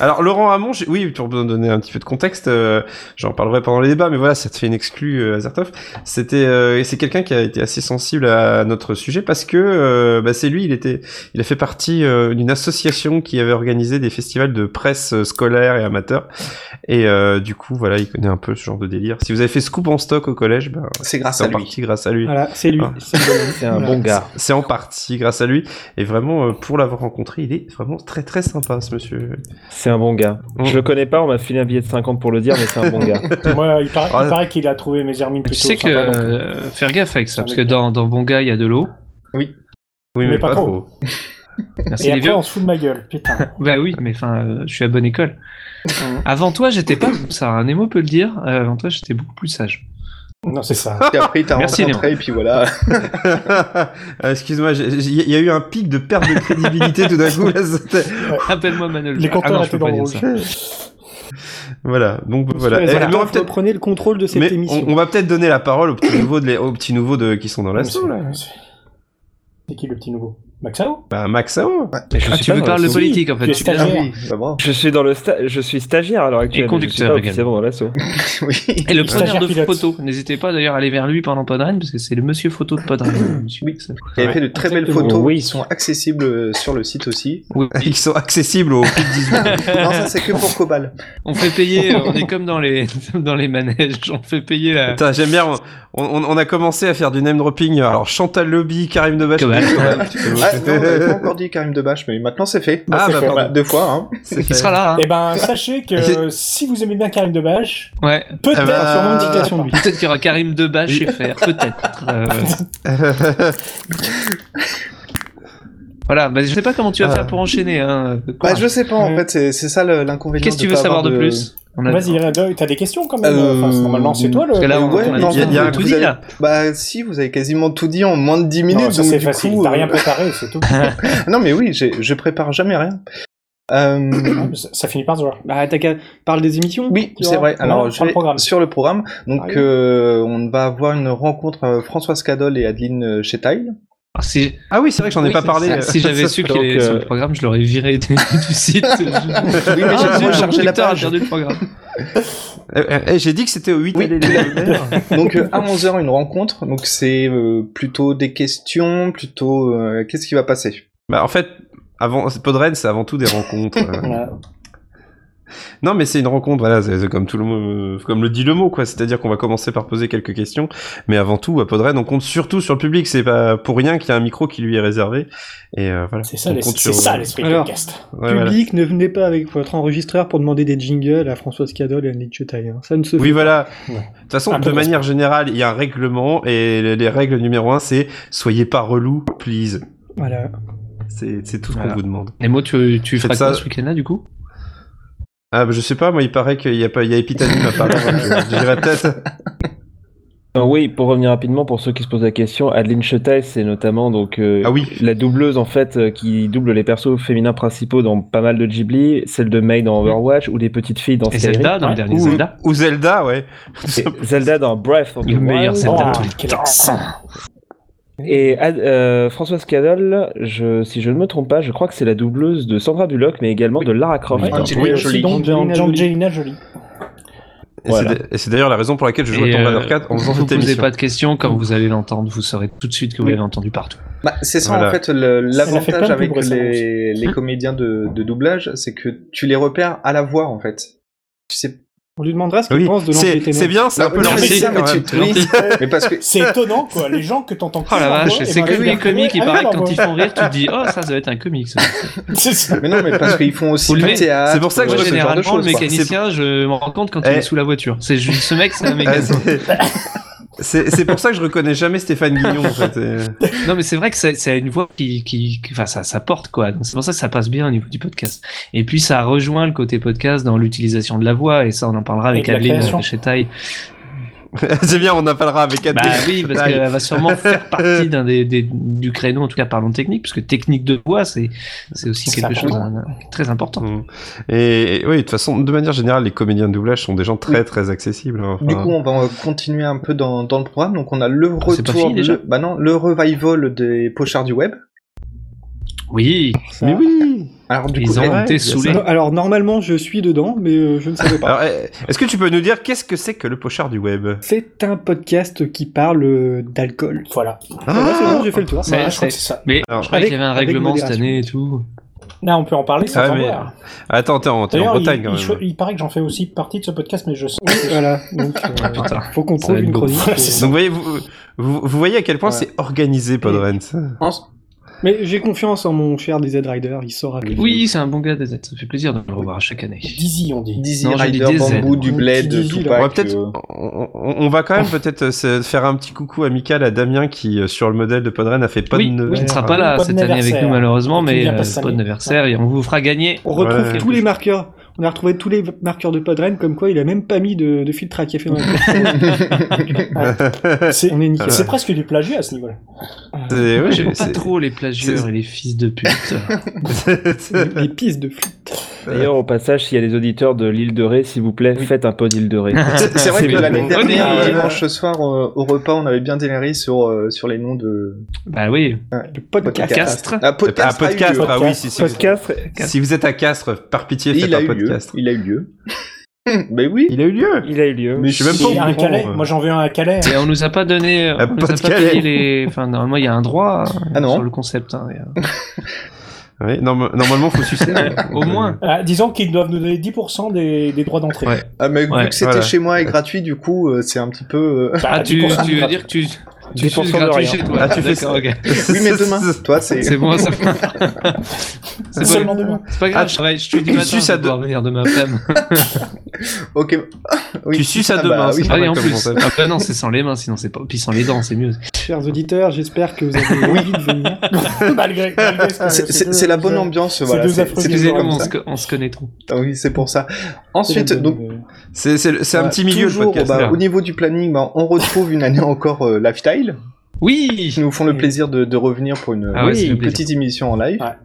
[SPEAKER 9] Alors Laurent Hamon, j'ai- oui, pour vous donner un petit peu de contexte, euh, j'en parlerai pendant les débats, mais voilà, ça te fait une exclue, euh, Azertov. C'était, euh, et c'est quelqu'un qui a été assez sensible à notre sujet parce que euh, bah, c'est lui, il était, il a fait partie euh, d'une association qui avait organisé des festivals de presse euh, scolaire et amateur, et euh, du coup, voilà, il connaît un peu ce genre de délire. Si vous avez fait scoop en stock au collège, ben,
[SPEAKER 6] C'est grâce
[SPEAKER 9] c'est
[SPEAKER 6] à
[SPEAKER 9] en
[SPEAKER 6] lui.
[SPEAKER 9] partie grâce à lui.
[SPEAKER 5] Voilà, c'est lui.
[SPEAKER 9] Ah.
[SPEAKER 5] C'est le-
[SPEAKER 8] C'est un
[SPEAKER 5] voilà.
[SPEAKER 8] bon gars.
[SPEAKER 9] C'est en partie grâce à lui. Et vraiment, euh, pour l'avoir rencontré, il est vraiment très très sympa, ce monsieur.
[SPEAKER 8] C'est un bon gars.
[SPEAKER 9] Mm.
[SPEAKER 8] Je le connais pas, on m'a filé un billet de 50 pour le dire, mais c'est un bon gars.
[SPEAKER 5] Moi, il, paraît- il
[SPEAKER 9] Ah.
[SPEAKER 5] paraît qu'il a trouvé mes hermines
[SPEAKER 7] Tu
[SPEAKER 5] plutôt.
[SPEAKER 7] sais que
[SPEAKER 5] sympas, donc.
[SPEAKER 7] euh, faire gaffe avec ça,
[SPEAKER 5] Ça
[SPEAKER 7] parce que
[SPEAKER 5] m'étonne.
[SPEAKER 7] dans, dans Bon Gars, il y a de l'eau.
[SPEAKER 9] Oui,
[SPEAKER 5] Mais pas trop.
[SPEAKER 7] Merci
[SPEAKER 5] Et
[SPEAKER 7] les
[SPEAKER 5] après,
[SPEAKER 7] vieux.
[SPEAKER 5] on se fout de ma gueule. Putain.
[SPEAKER 7] Bah oui, mais enfin, euh, je suis à bonne école. Avant toi, j'étais pas comme ça. Un émo peut le dire. euh, avant toi, j'étais beaucoup plus sage.
[SPEAKER 5] Non, c'est ça.
[SPEAKER 7] Ah,
[SPEAKER 6] Et après, il t'a
[SPEAKER 7] Merci,
[SPEAKER 6] rencontré, et puis voilà.
[SPEAKER 9] Ah, Excuse-moi, j'ai- j'ai- il y a eu un pic de perte de crédibilité tout d'un coup. là, c'était-
[SPEAKER 7] Rappelle-moi Manolo.
[SPEAKER 5] Les
[SPEAKER 7] ah non,
[SPEAKER 5] compteurs
[SPEAKER 7] je peux
[SPEAKER 5] étaient
[SPEAKER 7] pas
[SPEAKER 5] dans le
[SPEAKER 7] dire
[SPEAKER 5] rouge.
[SPEAKER 7] ça.
[SPEAKER 9] voilà, donc voilà.
[SPEAKER 5] Voilà.
[SPEAKER 9] Eh, mais on va peut-être-
[SPEAKER 5] reprenez le contrôle de cette
[SPEAKER 9] mais
[SPEAKER 5] émission.
[SPEAKER 9] on, on va peut-être donner la parole aux petits nouveaux, de les- aux petits nouveaux de, qui sont dans la
[SPEAKER 5] C'est-
[SPEAKER 9] salle.
[SPEAKER 5] C'est qui le petit nouveau Maxao
[SPEAKER 9] Bah, Maxao
[SPEAKER 8] Mais je
[SPEAKER 7] Ah,
[SPEAKER 8] suis
[SPEAKER 7] tu
[SPEAKER 8] pas
[SPEAKER 7] veux
[SPEAKER 8] dans
[SPEAKER 7] parler de
[SPEAKER 8] l'assaut.
[SPEAKER 7] politique en fait. Ah
[SPEAKER 5] tu es
[SPEAKER 7] tu viens-
[SPEAKER 5] stagiaire.
[SPEAKER 6] Bah, bravo.
[SPEAKER 8] Je suis dans le sta- je suis stagiaire à l'heure actuelle.
[SPEAKER 7] conducteur
[SPEAKER 8] je suis
[SPEAKER 7] également.
[SPEAKER 8] pas officiellement dans l'assaut.
[SPEAKER 6] Oui.
[SPEAKER 7] Et le
[SPEAKER 5] Stagiaire
[SPEAKER 7] preneur de
[SPEAKER 5] pilote.
[SPEAKER 7] photos. N'hésitez pas d'ailleurs à aller vers lui pendant Podrine, parce que c'est le monsieur photo de Podrine. Monsieur-
[SPEAKER 6] Oui. Il y a fait de très belles
[SPEAKER 5] Exactement.
[SPEAKER 6] photos
[SPEAKER 8] Oui.
[SPEAKER 6] qui sont accessibles euh, sur le site aussi.
[SPEAKER 7] Oui.
[SPEAKER 9] Ils sont accessibles aux plus de 18 ans.
[SPEAKER 6] non, ça c'est que pour Cobal.
[SPEAKER 7] On fait payer, euh, on est comme dans les, dans les manèges, on fait payer la.
[SPEAKER 9] Putain, j'aime bien. On, on- on a commencé à faire du name dropping. Alors, Chantal Lobby, Karim Debache.
[SPEAKER 7] Cobal.
[SPEAKER 6] Ah, non, on avait pas encore dit Karim Debache, mais maintenant c'est fait.
[SPEAKER 9] Ah,
[SPEAKER 6] C'est
[SPEAKER 9] bah,
[SPEAKER 6] fait.
[SPEAKER 9] pardon.
[SPEAKER 6] deux fois. Hein.
[SPEAKER 9] C'est fait.
[SPEAKER 7] Il sera là, hein.
[SPEAKER 5] Eh ben, sachez que si vous aimez bien Karim Debache,
[SPEAKER 7] Ouais.
[SPEAKER 5] peut-être
[SPEAKER 9] Ah bah-
[SPEAKER 5] sur mon indication de lui.
[SPEAKER 7] Peut-être qu'il y aura Karim Debache
[SPEAKER 9] Oui.
[SPEAKER 7] chez Fer, peut-être. Euh, Voilà, bah, je sais pas comment tu vas
[SPEAKER 6] Ah.
[SPEAKER 7] faire pour enchaîner. Hein.
[SPEAKER 6] Bah,
[SPEAKER 7] Quoi.
[SPEAKER 6] je sais pas, en
[SPEAKER 5] Ouais.
[SPEAKER 6] fait, c'est c'est ça le- l'inconvénient.
[SPEAKER 7] Qu'est-ce que tu
[SPEAKER 6] de
[SPEAKER 7] veux
[SPEAKER 6] pas
[SPEAKER 7] savoir
[SPEAKER 6] avoir
[SPEAKER 7] de plus On a-
[SPEAKER 2] Vas-y, Redoy, t'as des questions quand même.
[SPEAKER 6] Euh,
[SPEAKER 2] Enfin, c'est- normalement, c'est toi le.
[SPEAKER 7] Parce que là, on,
[SPEAKER 6] Ouais,
[SPEAKER 7] on a
[SPEAKER 6] non,
[SPEAKER 7] dit-
[SPEAKER 6] il y a- il y a un-
[SPEAKER 7] tout
[SPEAKER 6] vous
[SPEAKER 7] dit,
[SPEAKER 6] avez-
[SPEAKER 7] là.
[SPEAKER 6] Bah, si, vous avez quasiment tout dit en moins de 10 minutes.
[SPEAKER 2] Non, ça
[SPEAKER 6] donc,
[SPEAKER 2] c'est
[SPEAKER 6] du
[SPEAKER 2] facile,
[SPEAKER 6] coup,
[SPEAKER 2] t'as
[SPEAKER 6] euh,
[SPEAKER 2] rien préparé, c'est tout.
[SPEAKER 6] Non, mais oui, j'ai- je prépare jamais rien. Euh,
[SPEAKER 2] Ouais, mais ça, ça finit par se voir.
[SPEAKER 5] Bah, t'as qu'à parle des émissions.
[SPEAKER 6] Oui,
[SPEAKER 5] tu
[SPEAKER 6] c'est
[SPEAKER 5] vois.
[SPEAKER 6] vrai. Alors,
[SPEAKER 2] Voilà,
[SPEAKER 6] je
[SPEAKER 2] sur le
[SPEAKER 6] vais-
[SPEAKER 2] programme.
[SPEAKER 6] sur le programme, donc
[SPEAKER 2] Ah oui.
[SPEAKER 6] euh, on va avoir une rencontre euh, Françoise Cadol et Adeline euh, Chetaille.
[SPEAKER 7] Ah, si-
[SPEAKER 9] Ah oui, c'est vrai que j'en ai
[SPEAKER 7] oui,
[SPEAKER 9] pas
[SPEAKER 7] c'est
[SPEAKER 9] parlé.
[SPEAKER 7] ça. Si j'avais su qu'il
[SPEAKER 8] donc,
[SPEAKER 7] est sur
[SPEAKER 8] euh,
[SPEAKER 7] le programme, je l'aurais viré du, du site. Je-
[SPEAKER 6] Oui, mais
[SPEAKER 7] Ah,
[SPEAKER 6] j'ai
[SPEAKER 7] zut,
[SPEAKER 6] rechargé
[SPEAKER 7] mon
[SPEAKER 6] la
[SPEAKER 7] conducteur a
[SPEAKER 6] page.
[SPEAKER 7] perdu le programme.
[SPEAKER 9] Euh, euh, eh, J'ai dit que c'était au 8
[SPEAKER 6] Oui.
[SPEAKER 9] allées les Lumières.
[SPEAKER 6] Donc euh, à 11h une rencontre. Donc c'est euh, plutôt des questions, plutôt euh, qu'est-ce qui va passer.
[SPEAKER 9] Bah, en fait, avant, Podren, c'est avant tout des rencontres. euh.
[SPEAKER 2] Ouais.
[SPEAKER 9] Non, mais c'est une rencontre, voilà, c'est c'est comme tout le mot- comme le dit le mot, quoi. C'est-à-dire qu'on va commencer par poser quelques questions, mais avant tout, à Podren, on compte surtout sur le public. C'est pas pour rien qu'il y a un micro qui lui est réservé. Et euh, voilà.
[SPEAKER 2] C'est ça,
[SPEAKER 9] On
[SPEAKER 2] les-
[SPEAKER 9] compte
[SPEAKER 2] c'est
[SPEAKER 9] sur-
[SPEAKER 2] ça l'esprit du
[SPEAKER 5] Alors.
[SPEAKER 2] podcast.
[SPEAKER 9] Ouais, voilà.
[SPEAKER 5] Public, ne venez pas avec votre enregistreur pour demander des jingles à Françoise Cadol et Anne Chetaille. hein. Ça ne se
[SPEAKER 9] Oui,
[SPEAKER 5] fait Ah,
[SPEAKER 9] voilà. De
[SPEAKER 2] Ouais.
[SPEAKER 9] toute façon,
[SPEAKER 2] Un
[SPEAKER 9] de
[SPEAKER 5] bah,
[SPEAKER 2] peu
[SPEAKER 9] manière générale, il y a un règlement et les- les règles numéro un, c'est soyez pas relou, please.
[SPEAKER 5] pas. Voilà.
[SPEAKER 9] C'est c'est tout ce
[SPEAKER 7] Voilà.
[SPEAKER 9] qu'on vous demande.
[SPEAKER 7] Nemo, tu, tu
[SPEAKER 9] Faites
[SPEAKER 7] feras
[SPEAKER 9] ça.
[SPEAKER 7] quoi ce week-end-là, du coup
[SPEAKER 9] Ah, bah, je sais pas, moi, il paraît qu'il y a pas, il y a Epitanime à Paris. Je- je dirais peut-être.
[SPEAKER 8] Non, oui, pour revenir rapidement, pour ceux qui se posent la question, Adeline Chetaille, c'est notamment donc euh,
[SPEAKER 9] Ah oui.
[SPEAKER 8] la doubleuse en fait euh, qui double les persos féminins principaux dans pas mal de Ghibli, celle de May dans Overwatch ou des petites filles dans
[SPEAKER 7] Et
[SPEAKER 8] Skyrim.
[SPEAKER 7] Zelda, dans le
[SPEAKER 2] ouais.
[SPEAKER 7] dernier
[SPEAKER 9] Ou,
[SPEAKER 7] Zelda.
[SPEAKER 9] ou Zelda, ouais.
[SPEAKER 8] Et Zelda dans Breath of the
[SPEAKER 7] Le meilleur
[SPEAKER 8] Wild. Ah.
[SPEAKER 7] Zelda de tous les
[SPEAKER 2] quel accent
[SPEAKER 8] Et Ad- euh, Françoise Cadol, je, si je ne me trompe pas, je crois que c'est la doubleuse de Sandra Bullock, mais également de Lara Croft.
[SPEAKER 2] Ouais,
[SPEAKER 8] Dans-
[SPEAKER 6] Angelina
[SPEAKER 2] et
[SPEAKER 6] Jolie.
[SPEAKER 2] aussi donc dans
[SPEAKER 5] Angelina
[SPEAKER 2] dans
[SPEAKER 5] Jolie.
[SPEAKER 2] Angelina Jolie.
[SPEAKER 9] Et c'est
[SPEAKER 8] Voilà.
[SPEAKER 9] d'a- Et c'est d'ailleurs la raison pour laquelle je joue à
[SPEAKER 7] Et,
[SPEAKER 9] Tomb
[SPEAKER 7] euh,
[SPEAKER 9] Raider 4 en faisant
[SPEAKER 7] vous
[SPEAKER 9] cette
[SPEAKER 7] posez
[SPEAKER 9] émission.
[SPEAKER 7] pas de questions, quand vous allez l'entendre, vous saurez tout de suite que vous l'avez entendu partout.
[SPEAKER 6] Bah, c'est ça en
[SPEAKER 9] Voilà.
[SPEAKER 6] fait le-
[SPEAKER 2] Ça fait plein
[SPEAKER 6] l'avantage
[SPEAKER 2] de
[SPEAKER 6] avec
[SPEAKER 2] pubs récemment
[SPEAKER 6] les, les comédiens de, de doublage, c'est que tu les repères à la voix en fait. Tu sais.
[SPEAKER 5] On lui demandera ce qu'il
[SPEAKER 9] Oui,
[SPEAKER 5] pense de
[SPEAKER 9] c'est
[SPEAKER 5] l'antiténat.
[SPEAKER 9] c'est bien, c'est un peu
[SPEAKER 6] Non, mais
[SPEAKER 9] l'antiténat,
[SPEAKER 6] c'est ça, mais
[SPEAKER 9] quand
[SPEAKER 6] tu-
[SPEAKER 9] même.
[SPEAKER 6] oui, mais parce que
[SPEAKER 2] C'est étonnant quoi, les gens que t'entends.
[SPEAKER 7] Oh
[SPEAKER 2] que
[SPEAKER 7] la
[SPEAKER 2] leur
[SPEAKER 7] vache,
[SPEAKER 2] voix, et
[SPEAKER 7] c'est
[SPEAKER 2] ben,
[SPEAKER 7] comme
[SPEAKER 2] tu
[SPEAKER 7] les
[SPEAKER 2] les
[SPEAKER 7] comiques, il
[SPEAKER 2] reconnais
[SPEAKER 7] paraît
[SPEAKER 2] avec
[SPEAKER 7] que
[SPEAKER 2] leur
[SPEAKER 7] quand ils
[SPEAKER 2] voix.
[SPEAKER 7] font rire, tu te dis Oh, ça, ça va être un comique. ça.
[SPEAKER 2] C'est ça.
[SPEAKER 6] mais non, mais parce qu'ils font aussi
[SPEAKER 7] Vous le
[SPEAKER 6] du
[SPEAKER 7] mettez-
[SPEAKER 6] théâtre.
[SPEAKER 9] c'est pour ça que
[SPEAKER 6] euh,
[SPEAKER 7] Moi,
[SPEAKER 9] je-
[SPEAKER 6] ce genre
[SPEAKER 7] généralement,
[SPEAKER 6] de choses,
[SPEAKER 7] le
[SPEAKER 6] quoi.
[SPEAKER 7] mécanicien, je me rends compte quand il
[SPEAKER 9] Eh.
[SPEAKER 7] est sous la voiture. C'est juste- ce mec, c'est un
[SPEAKER 9] Ah,
[SPEAKER 7] mécanicien.
[SPEAKER 9] c'est- C'est c'est pour ça que je reconnais jamais Stéphane Guignon en fait. Euh,
[SPEAKER 7] Non, mais c'est vrai que c'est c'est une voix qui, qui, qui- enfin, ça, ça porte quoi. Donc, c'est pour ça que ça passe bien au niveau du podcast. Et puis, ça rejoint le côté podcast dans l'utilisation de la voix. Et ça, on en parlera avec
[SPEAKER 2] de la
[SPEAKER 7] Adeline
[SPEAKER 2] création.
[SPEAKER 7] Chetaille.
[SPEAKER 9] C'est bien, on en parlera avec Adrien.
[SPEAKER 7] Bah oui, parce qu'elle va sûrement faire partie d'un des, des- du créneau, en tout cas, parlons technique, parce que technique de voix, c'est, c'est aussi
[SPEAKER 2] C'est
[SPEAKER 7] quelque chose
[SPEAKER 2] important.
[SPEAKER 7] de très important.
[SPEAKER 9] Mm. Et, et oui, de toute façon, de manière générale, les comédiens de doublage sont des gens très très accessibles. hein. Enfin,
[SPEAKER 6] Du coup, on va euh, continuer un peu dans, dans le programme. Donc, on a le
[SPEAKER 9] Ah,
[SPEAKER 7] c'est pas
[SPEAKER 6] retour,
[SPEAKER 7] fini, déjà
[SPEAKER 6] le, bah non, le revival des pochards du web.
[SPEAKER 7] Oui,
[SPEAKER 9] mais oui.
[SPEAKER 6] Alors, du
[SPEAKER 7] ils
[SPEAKER 6] coup,
[SPEAKER 7] ont
[SPEAKER 9] ouais,
[SPEAKER 7] été
[SPEAKER 9] il y a
[SPEAKER 7] saoulés.
[SPEAKER 5] Non, Alors normalement je suis dedans, mais euh, je ne savais pas.
[SPEAKER 9] Alors, eh, est-ce que tu peux nous dire qu'est-ce que c'est que le pochard du web
[SPEAKER 5] C'est un podcast qui parle euh, d'alcool.
[SPEAKER 2] Voilà.
[SPEAKER 5] Voilà, c'est bon, j'ai fait le tour.
[SPEAKER 7] C'est-
[SPEAKER 2] Voilà, je crois
[SPEAKER 7] c'est-
[SPEAKER 2] que c'est ça.
[SPEAKER 7] Mais
[SPEAKER 9] Alors,
[SPEAKER 7] je croyais
[SPEAKER 5] avec-
[SPEAKER 7] qu'il y avait un
[SPEAKER 5] avec
[SPEAKER 7] règlement cette
[SPEAKER 5] modération.
[SPEAKER 7] année et tout.
[SPEAKER 2] Là, on peut en parler sans
[SPEAKER 9] Ah,
[SPEAKER 2] t'en
[SPEAKER 9] mais-
[SPEAKER 2] voir.
[SPEAKER 9] Attends, t'es en, t'es en
[SPEAKER 2] D'ailleurs, il,
[SPEAKER 9] Bretagne quand
[SPEAKER 2] il-
[SPEAKER 9] même.
[SPEAKER 2] il paraît que j'en fais aussi partie de ce podcast, mais je sens.
[SPEAKER 5] Voilà, donc euh,
[SPEAKER 7] Putain.
[SPEAKER 5] faut qu'on
[SPEAKER 7] Ça
[SPEAKER 5] trouve
[SPEAKER 7] va être
[SPEAKER 5] une
[SPEAKER 7] beau.
[SPEAKER 5] chronique.
[SPEAKER 2] Voilà, c'est ça.
[SPEAKER 9] Donc, vous voyez, vous, vous, vous voyez à quel point
[SPEAKER 6] Ouais.
[SPEAKER 9] c'est organisé, Podrent.
[SPEAKER 6] en-
[SPEAKER 5] Mais j'ai confiance en mon cher DZ Rider, il saura. que-
[SPEAKER 7] Oui, c'est un bon gars, DZ. Ça fait plaisir de le revoir chaque année.
[SPEAKER 2] Dizzy, on dit.
[SPEAKER 6] Dizzy
[SPEAKER 7] Non, j'ai dit
[SPEAKER 6] Rider,
[SPEAKER 7] DZ.
[SPEAKER 6] Bambou, du
[SPEAKER 5] Petit
[SPEAKER 6] Bled,
[SPEAKER 5] Dizzy, là.
[SPEAKER 9] On
[SPEAKER 6] Tupac,
[SPEAKER 9] va peut-être,
[SPEAKER 6] euh,
[SPEAKER 9] on, on- on va quand même peut-être euh, se- faire un petit coucou amical à Damien qui, euh, sur le modèle de Podren, a fait pas
[SPEAKER 7] oui,
[SPEAKER 9] de
[SPEAKER 7] oui,
[SPEAKER 9] neveu.
[SPEAKER 7] il ne sera pas là
[SPEAKER 2] Bon
[SPEAKER 7] cette année avec
[SPEAKER 2] anniversaire.
[SPEAKER 7] nous malheureusement,
[SPEAKER 2] Et tu
[SPEAKER 7] mais
[SPEAKER 2] viens
[SPEAKER 7] euh,
[SPEAKER 2] pas cette
[SPEAKER 7] bon
[SPEAKER 2] année.
[SPEAKER 7] anniversaire et on vous fera gagner.
[SPEAKER 5] On retrouve
[SPEAKER 9] Ouais.
[SPEAKER 5] tous les marqueurs. On a retrouvé tous les marqueurs de Podren, comme quoi il a même pas mis de, de filtre à café dans la tête.
[SPEAKER 2] C'est
[SPEAKER 5] On est nickel.
[SPEAKER 2] c'est presque du plagiat à ce niveau-là.
[SPEAKER 9] C'est- ouais,
[SPEAKER 7] J'aime pas
[SPEAKER 9] c'est-
[SPEAKER 7] trop les plagieurs
[SPEAKER 9] c'est-
[SPEAKER 7] et les fils de pute.
[SPEAKER 5] Les- Les pistes de flip.
[SPEAKER 8] D'ailleurs, au passage, s'il y a des auditeurs de l'île de Ré, s'il vous plaît, faites un peu d'île de Ré.
[SPEAKER 6] C'est c'est vrai
[SPEAKER 8] C'est
[SPEAKER 6] que l'année
[SPEAKER 8] bon.
[SPEAKER 6] dernière,
[SPEAKER 7] Venez.
[SPEAKER 6] dimanche soir, euh, au repas, on avait bien déliré sur, euh, sur les noms de
[SPEAKER 7] bah oui,
[SPEAKER 5] Le podcast.
[SPEAKER 7] Castre.
[SPEAKER 6] Ah,
[SPEAKER 9] Ah,
[SPEAKER 6] podcast. a eu
[SPEAKER 9] podcast,
[SPEAKER 6] lieu.
[SPEAKER 9] ah oui, si, si, vous-
[SPEAKER 8] Podcast,
[SPEAKER 9] si vous êtes à Castres, par pitié,
[SPEAKER 6] Et
[SPEAKER 9] faites
[SPEAKER 6] il a
[SPEAKER 9] un
[SPEAKER 6] eu lieu.
[SPEAKER 9] podcast.
[SPEAKER 6] Il a eu lieu. Ben oui.
[SPEAKER 9] Il a eu lieu.
[SPEAKER 8] il a eu lieu.
[SPEAKER 6] Mais
[SPEAKER 9] je sais même pas
[SPEAKER 2] Et
[SPEAKER 9] où
[SPEAKER 2] un
[SPEAKER 9] on prend,
[SPEAKER 2] Calais.
[SPEAKER 9] euh.
[SPEAKER 2] Moi, j'en veux un à Calais.
[SPEAKER 7] et on nous a pas donné, euh,
[SPEAKER 9] Un
[SPEAKER 7] on nous a pas
[SPEAKER 9] podcast.
[SPEAKER 7] payé les. Enfin, normalement, il y a un droit euh,
[SPEAKER 6] Ah non.
[SPEAKER 7] sur le concept. hein, et, euh,
[SPEAKER 9] Oui, norm- normalement, faut sucer. hein.
[SPEAKER 7] Au moins.
[SPEAKER 2] Ah, disons qu'ils doivent nous donner 10% des, des droits d'entrée.
[SPEAKER 7] Ouais.
[SPEAKER 6] Ah, mais
[SPEAKER 7] Ouais,
[SPEAKER 6] vu que c'était
[SPEAKER 9] voilà.
[SPEAKER 6] chez moi et gratuit, du coup, euh, c'est un petit peu. euh,
[SPEAKER 2] Bah,
[SPEAKER 7] Ah, tu,
[SPEAKER 2] 10%
[SPEAKER 7] tu veux
[SPEAKER 2] gratuit.
[SPEAKER 7] dire que tu. Tu
[SPEAKER 8] 10%
[SPEAKER 7] suces
[SPEAKER 8] de
[SPEAKER 7] gratuit
[SPEAKER 8] rien.
[SPEAKER 7] chez toi.
[SPEAKER 9] Ah, tu fais ça.
[SPEAKER 7] D'accord, ok.
[SPEAKER 6] Oui, mais demain. Toi, c'est.
[SPEAKER 7] C'est bon, ça fait.
[SPEAKER 2] C'est
[SPEAKER 7] C'est pas,
[SPEAKER 2] seulement demain.
[SPEAKER 7] c'est pas grave, je travaille, je suis du
[SPEAKER 9] Ah, tu
[SPEAKER 7] matin,
[SPEAKER 9] suces
[SPEAKER 7] je
[SPEAKER 9] à
[SPEAKER 7] vais devoir venir de ma femme.
[SPEAKER 6] Ok. Oui.
[SPEAKER 9] Tu suces à
[SPEAKER 6] Ah
[SPEAKER 9] demain,
[SPEAKER 6] bah oui.
[SPEAKER 9] c'est pas
[SPEAKER 7] Ah oui,
[SPEAKER 9] mal
[SPEAKER 7] en
[SPEAKER 9] comme
[SPEAKER 7] Ah plus.
[SPEAKER 9] concept.
[SPEAKER 7] Ah bah non, c'est sans les mains, sinon c'est pas. Puis sans les dents, c'est mieux.
[SPEAKER 5] chers auditeurs, j'espère que vous avez envie de venir.
[SPEAKER 2] malgré, malgré ce que-
[SPEAKER 6] C'est-
[SPEAKER 2] ces
[SPEAKER 6] C'est
[SPEAKER 2] Ah, deux-
[SPEAKER 6] c'est la bonne
[SPEAKER 2] deux-
[SPEAKER 6] ambiance,
[SPEAKER 2] ces
[SPEAKER 6] voilà.
[SPEAKER 2] deux
[SPEAKER 6] C'est
[SPEAKER 2] affreux
[SPEAKER 6] c'est
[SPEAKER 7] Tu
[SPEAKER 2] Toujours
[SPEAKER 7] sais
[SPEAKER 6] toujours comme
[SPEAKER 7] comment on
[SPEAKER 6] ça.
[SPEAKER 7] se, on se connaît trop.
[SPEAKER 6] Ah oui, c'est pour ça.
[SPEAKER 5] C'est la
[SPEAKER 6] Ensuite, donc,
[SPEAKER 5] bonne, euh,
[SPEAKER 9] C'est c'est le- c'est un
[SPEAKER 6] voilà,
[SPEAKER 9] petit milieu
[SPEAKER 6] toujours,
[SPEAKER 9] le podcast.
[SPEAKER 6] bah,
[SPEAKER 9] là.
[SPEAKER 6] au niveau du planning, bah, on retrouve une année encore euh, Lifestyle,
[SPEAKER 7] Oui
[SPEAKER 6] qui nous font le plaisir de, de revenir pour une,
[SPEAKER 7] Ah ouais, c'est
[SPEAKER 6] une
[SPEAKER 7] le plaisir.
[SPEAKER 6] petite émission en live.
[SPEAKER 2] Ah.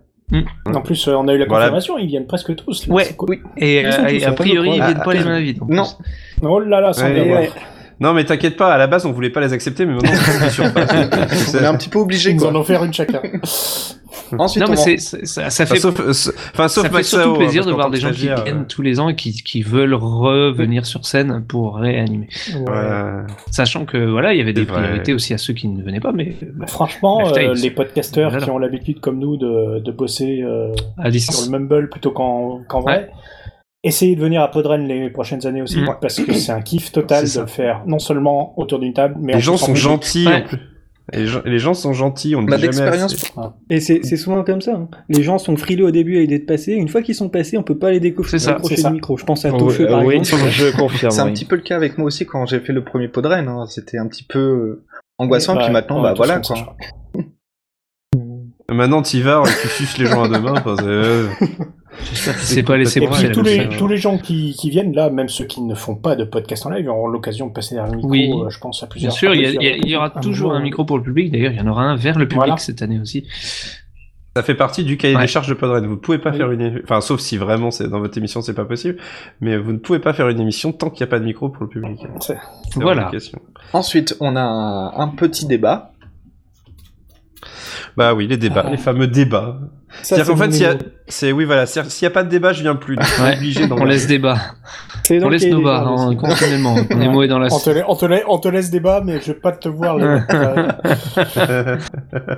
[SPEAKER 2] En plus, euh, on a eu la
[SPEAKER 9] Voilà.
[SPEAKER 2] confirmation, ils viennent presque tous. là,
[SPEAKER 7] Ouais.
[SPEAKER 2] c'est cool.
[SPEAKER 6] Oui.
[SPEAKER 7] Et,
[SPEAKER 9] Ah,
[SPEAKER 2] Ils sont
[SPEAKER 7] euh,
[SPEAKER 2] tous
[SPEAKER 7] et
[SPEAKER 2] sympas,
[SPEAKER 7] a priori,
[SPEAKER 2] le
[SPEAKER 7] ils
[SPEAKER 2] quoi.
[SPEAKER 7] viennent
[SPEAKER 6] Ah,
[SPEAKER 7] pas les
[SPEAKER 6] ah,
[SPEAKER 7] mains vides. en
[SPEAKER 6] non.
[SPEAKER 7] plus.
[SPEAKER 2] Oh là là, sans
[SPEAKER 9] Ouais,
[SPEAKER 2] bien
[SPEAKER 6] ouais.
[SPEAKER 2] voir.
[SPEAKER 9] Non, mais t'inquiète pas, à la base, on voulait pas les accepter, mais maintenant, on est sur place.
[SPEAKER 6] On est un petit peu obligé,
[SPEAKER 2] Ils nous
[SPEAKER 6] quoi.
[SPEAKER 2] en ont offert une chacun.
[SPEAKER 6] Ensuite,
[SPEAKER 7] Non,
[SPEAKER 6] on va-
[SPEAKER 7] mais c'est- c'est- ça, ça
[SPEAKER 9] Enfin,
[SPEAKER 7] fait,
[SPEAKER 9] sauf, euh, s- enfin, sauf
[SPEAKER 7] ça fait
[SPEAKER 9] Maxao,
[SPEAKER 7] surtout
[SPEAKER 9] hein,
[SPEAKER 7] plaisir
[SPEAKER 9] parce
[SPEAKER 7] de
[SPEAKER 9] qu'en
[SPEAKER 7] voir
[SPEAKER 9] tant
[SPEAKER 7] des
[SPEAKER 9] que
[SPEAKER 7] gens qui
[SPEAKER 9] stagiaire,
[SPEAKER 7] viennent tous les ans et qui, qui veulent revenir sur scène pour réanimer.
[SPEAKER 9] euh, ouais.
[SPEAKER 7] Sachant que voilà, il y avait des
[SPEAKER 9] C'est vrai.
[SPEAKER 7] priorités aussi à ceux qui ne venaient pas, mais euh,
[SPEAKER 2] Franchement,
[SPEAKER 7] Hashtag,
[SPEAKER 2] euh,
[SPEAKER 7] ils-
[SPEAKER 2] les podcasteurs
[SPEAKER 7] voilà.
[SPEAKER 2] qui ont l'habitude comme nous de, de bosser euh,
[SPEAKER 7] à
[SPEAKER 2] sur
[SPEAKER 7] distance.
[SPEAKER 2] le Mumble plutôt qu'en qu'en vrai, essayez de venir à Podren les prochaines années aussi,
[SPEAKER 7] Mm.
[SPEAKER 2] parce que c'est un kiff total
[SPEAKER 9] C'est ça.
[SPEAKER 2] de le faire, non seulement autour d'une table, mais en
[SPEAKER 9] Les gens
[SPEAKER 2] plus en
[SPEAKER 9] sont
[SPEAKER 2] public.
[SPEAKER 9] gentils.
[SPEAKER 7] Ouais.
[SPEAKER 9] en plus. Les, gens, les gens sont gentils, on ne
[SPEAKER 6] on a
[SPEAKER 9] dit
[SPEAKER 6] de
[SPEAKER 9] jamais
[SPEAKER 6] l'expérience.
[SPEAKER 9] assez.
[SPEAKER 5] Et c'est c'est souvent comme ça. hein. Les gens sont frileux au début à l'idée de passer. Une fois qu'ils sont passés, on peut pas les découvrir.
[SPEAKER 7] C'est ça,
[SPEAKER 5] décrocher
[SPEAKER 2] c'est ça.
[SPEAKER 5] du micro. Je pense à
[SPEAKER 8] Oh,
[SPEAKER 5] Tofu, par
[SPEAKER 8] euh, oui,
[SPEAKER 5] exemple.
[SPEAKER 8] je confirme.
[SPEAKER 6] C'est un
[SPEAKER 8] oui.
[SPEAKER 6] petit peu le cas avec moi aussi quand j'ai fait le premier pot de Rennes. hein. C'était un petit peu euh, angoissant,
[SPEAKER 2] Ouais,
[SPEAKER 6] puis maintenant,
[SPEAKER 2] on
[SPEAKER 6] bah
[SPEAKER 2] est tous
[SPEAKER 6] voilà
[SPEAKER 2] comme ça,
[SPEAKER 6] quoi.
[SPEAKER 2] je crois.
[SPEAKER 9] Maintenant, t'y vas, tu suces les gens à deux mains. enfin, c'est- euh,
[SPEAKER 7] C'est pas laissé
[SPEAKER 2] Et
[SPEAKER 9] Ouais,
[SPEAKER 2] puis
[SPEAKER 7] passer.
[SPEAKER 2] tous
[SPEAKER 9] la
[SPEAKER 2] les,
[SPEAKER 9] prochaine.
[SPEAKER 2] tous les gens qui, qui viennent là, même ceux qui ne font pas de podcast en live, auront l'occasion de passer derrière le micro,
[SPEAKER 7] Oui.
[SPEAKER 2] euh, je pense, à
[SPEAKER 7] Bien
[SPEAKER 2] plusieurs
[SPEAKER 7] sûr, il y, a-
[SPEAKER 2] fois.
[SPEAKER 7] il y a- il y aura
[SPEAKER 2] Ah,
[SPEAKER 7] toujours un micro pour le public. D'ailleurs, il y en aura un vers le public
[SPEAKER 2] Voilà.
[SPEAKER 7] cette année aussi.
[SPEAKER 9] Ça fait partie du cahier
[SPEAKER 7] Ouais.
[SPEAKER 9] des charges de Podren. Vous ne pouvez pas
[SPEAKER 2] Oui.
[SPEAKER 9] faire une, enfin, sauf si vraiment c'est dans votre émission, c'est pas possible. Mais vous ne pouvez pas faire une émission tant qu'il n'y a pas de micro pour le public.
[SPEAKER 2] C'est-
[SPEAKER 9] C'est
[SPEAKER 7] Voilà.
[SPEAKER 9] hors de question.
[SPEAKER 6] Ensuite, on a un, un petit débat.
[SPEAKER 9] Bah oui, les débats, les fameux débats.
[SPEAKER 5] Ça,
[SPEAKER 9] C'est-à-dire
[SPEAKER 5] c'est
[SPEAKER 9] qu'en fait,
[SPEAKER 5] mon
[SPEAKER 9] s'il y a,
[SPEAKER 5] numéro.
[SPEAKER 9] c'est oui, voilà, c'est-à-dire que s'il n'y a pas de débat, je viens plus. Donc, je suis
[SPEAKER 7] Ouais.
[SPEAKER 9] obligé d'en
[SPEAKER 7] On laisse débat.
[SPEAKER 5] C'est
[SPEAKER 7] On
[SPEAKER 5] donc
[SPEAKER 7] laisse
[SPEAKER 5] les-
[SPEAKER 7] nos
[SPEAKER 5] les
[SPEAKER 7] barres
[SPEAKER 5] barres
[SPEAKER 7] hein,
[SPEAKER 5] aussi.
[SPEAKER 7] continuellement. On est mauvais dans la
[SPEAKER 2] On te, la- on, te la- on te laisse débat, mais je vais pas te voir. là. Euh,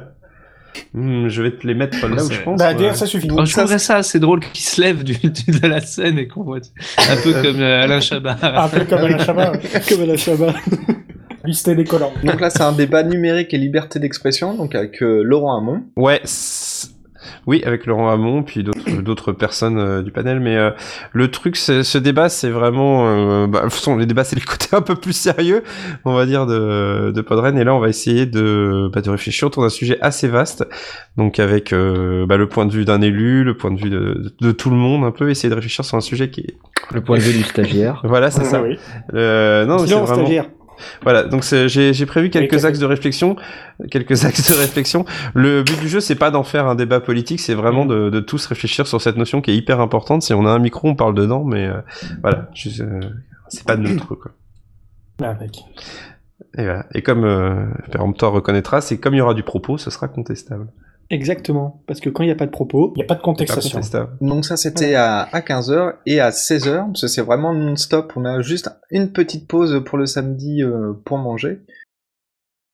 [SPEAKER 9] Hmm, je vais te les mettre là où je
[SPEAKER 7] C'est-
[SPEAKER 9] pense.
[SPEAKER 2] bah,
[SPEAKER 9] ouais.
[SPEAKER 2] d'ailleurs, ça suffit.
[SPEAKER 7] Oh, je trouverais ça assez drôle qu'il se lève du, du- de la scène et qu'on voit un peu comme euh, Alain Chabat.
[SPEAKER 2] Ah, Un peu comme Alain Chabat, ouais.
[SPEAKER 5] Comme à la Shabbat.
[SPEAKER 2] lister des collants.
[SPEAKER 6] Donc là, c'est un débat numérique et liberté d'expression, donc avec euh, Laurent Hamon.
[SPEAKER 9] Ouais. c'est- Oui, avec Laurent Hamon, puis d'autres d'autres personnes euh, du panel. Mais euh, le truc, c'est- ce débat, c'est vraiment. euh, bah, de toute façon, les débats, c'est le côté un peu plus sérieux, on va dire, de, de Podren. Et là, on va essayer de, bah, de réfléchir autour d'un sujet assez vaste. Donc, avec euh, bah, le point de vue d'un élu, le point de vue de, de tout le monde, un peu, essayer de réfléchir sur un sujet qui est.
[SPEAKER 8] Le point de vue du stagiaire.
[SPEAKER 9] Voilà, c'est ça.
[SPEAKER 2] Ah Oui.
[SPEAKER 9] Euh, non, mais c'est
[SPEAKER 5] Sinon,
[SPEAKER 9] vraiment.
[SPEAKER 5] stagiaire.
[SPEAKER 9] Voilà, donc c'est- j'ai j'ai prévu quelques
[SPEAKER 2] quelques-
[SPEAKER 9] axes de réflexion, quelques axes de réflexion. Le but du jeu, c'est pas d'en faire un débat politique, c'est
[SPEAKER 2] Mm.
[SPEAKER 9] vraiment de, de tous réfléchir sur cette notion qui est hyper importante. Si on a un micro, on parle dedans, mais euh, voilà, je- euh, c'est pas neutre quoi.
[SPEAKER 2] Avec.
[SPEAKER 9] Et voilà. Et comme euh, Péremptoire reconnaîtra, c'est comme il y aura du propos, ce sera contestable.
[SPEAKER 5] Exactement. Parce que quand il n'y a pas de propos,
[SPEAKER 2] Il n'y a pas de
[SPEAKER 9] Pas
[SPEAKER 2] contestation.
[SPEAKER 9] contestable.
[SPEAKER 6] Donc ça, c'était à, 15h et à 16h, parce que c'est vraiment non-stop. On a juste une petite pause pour le samedi euh, pour manger.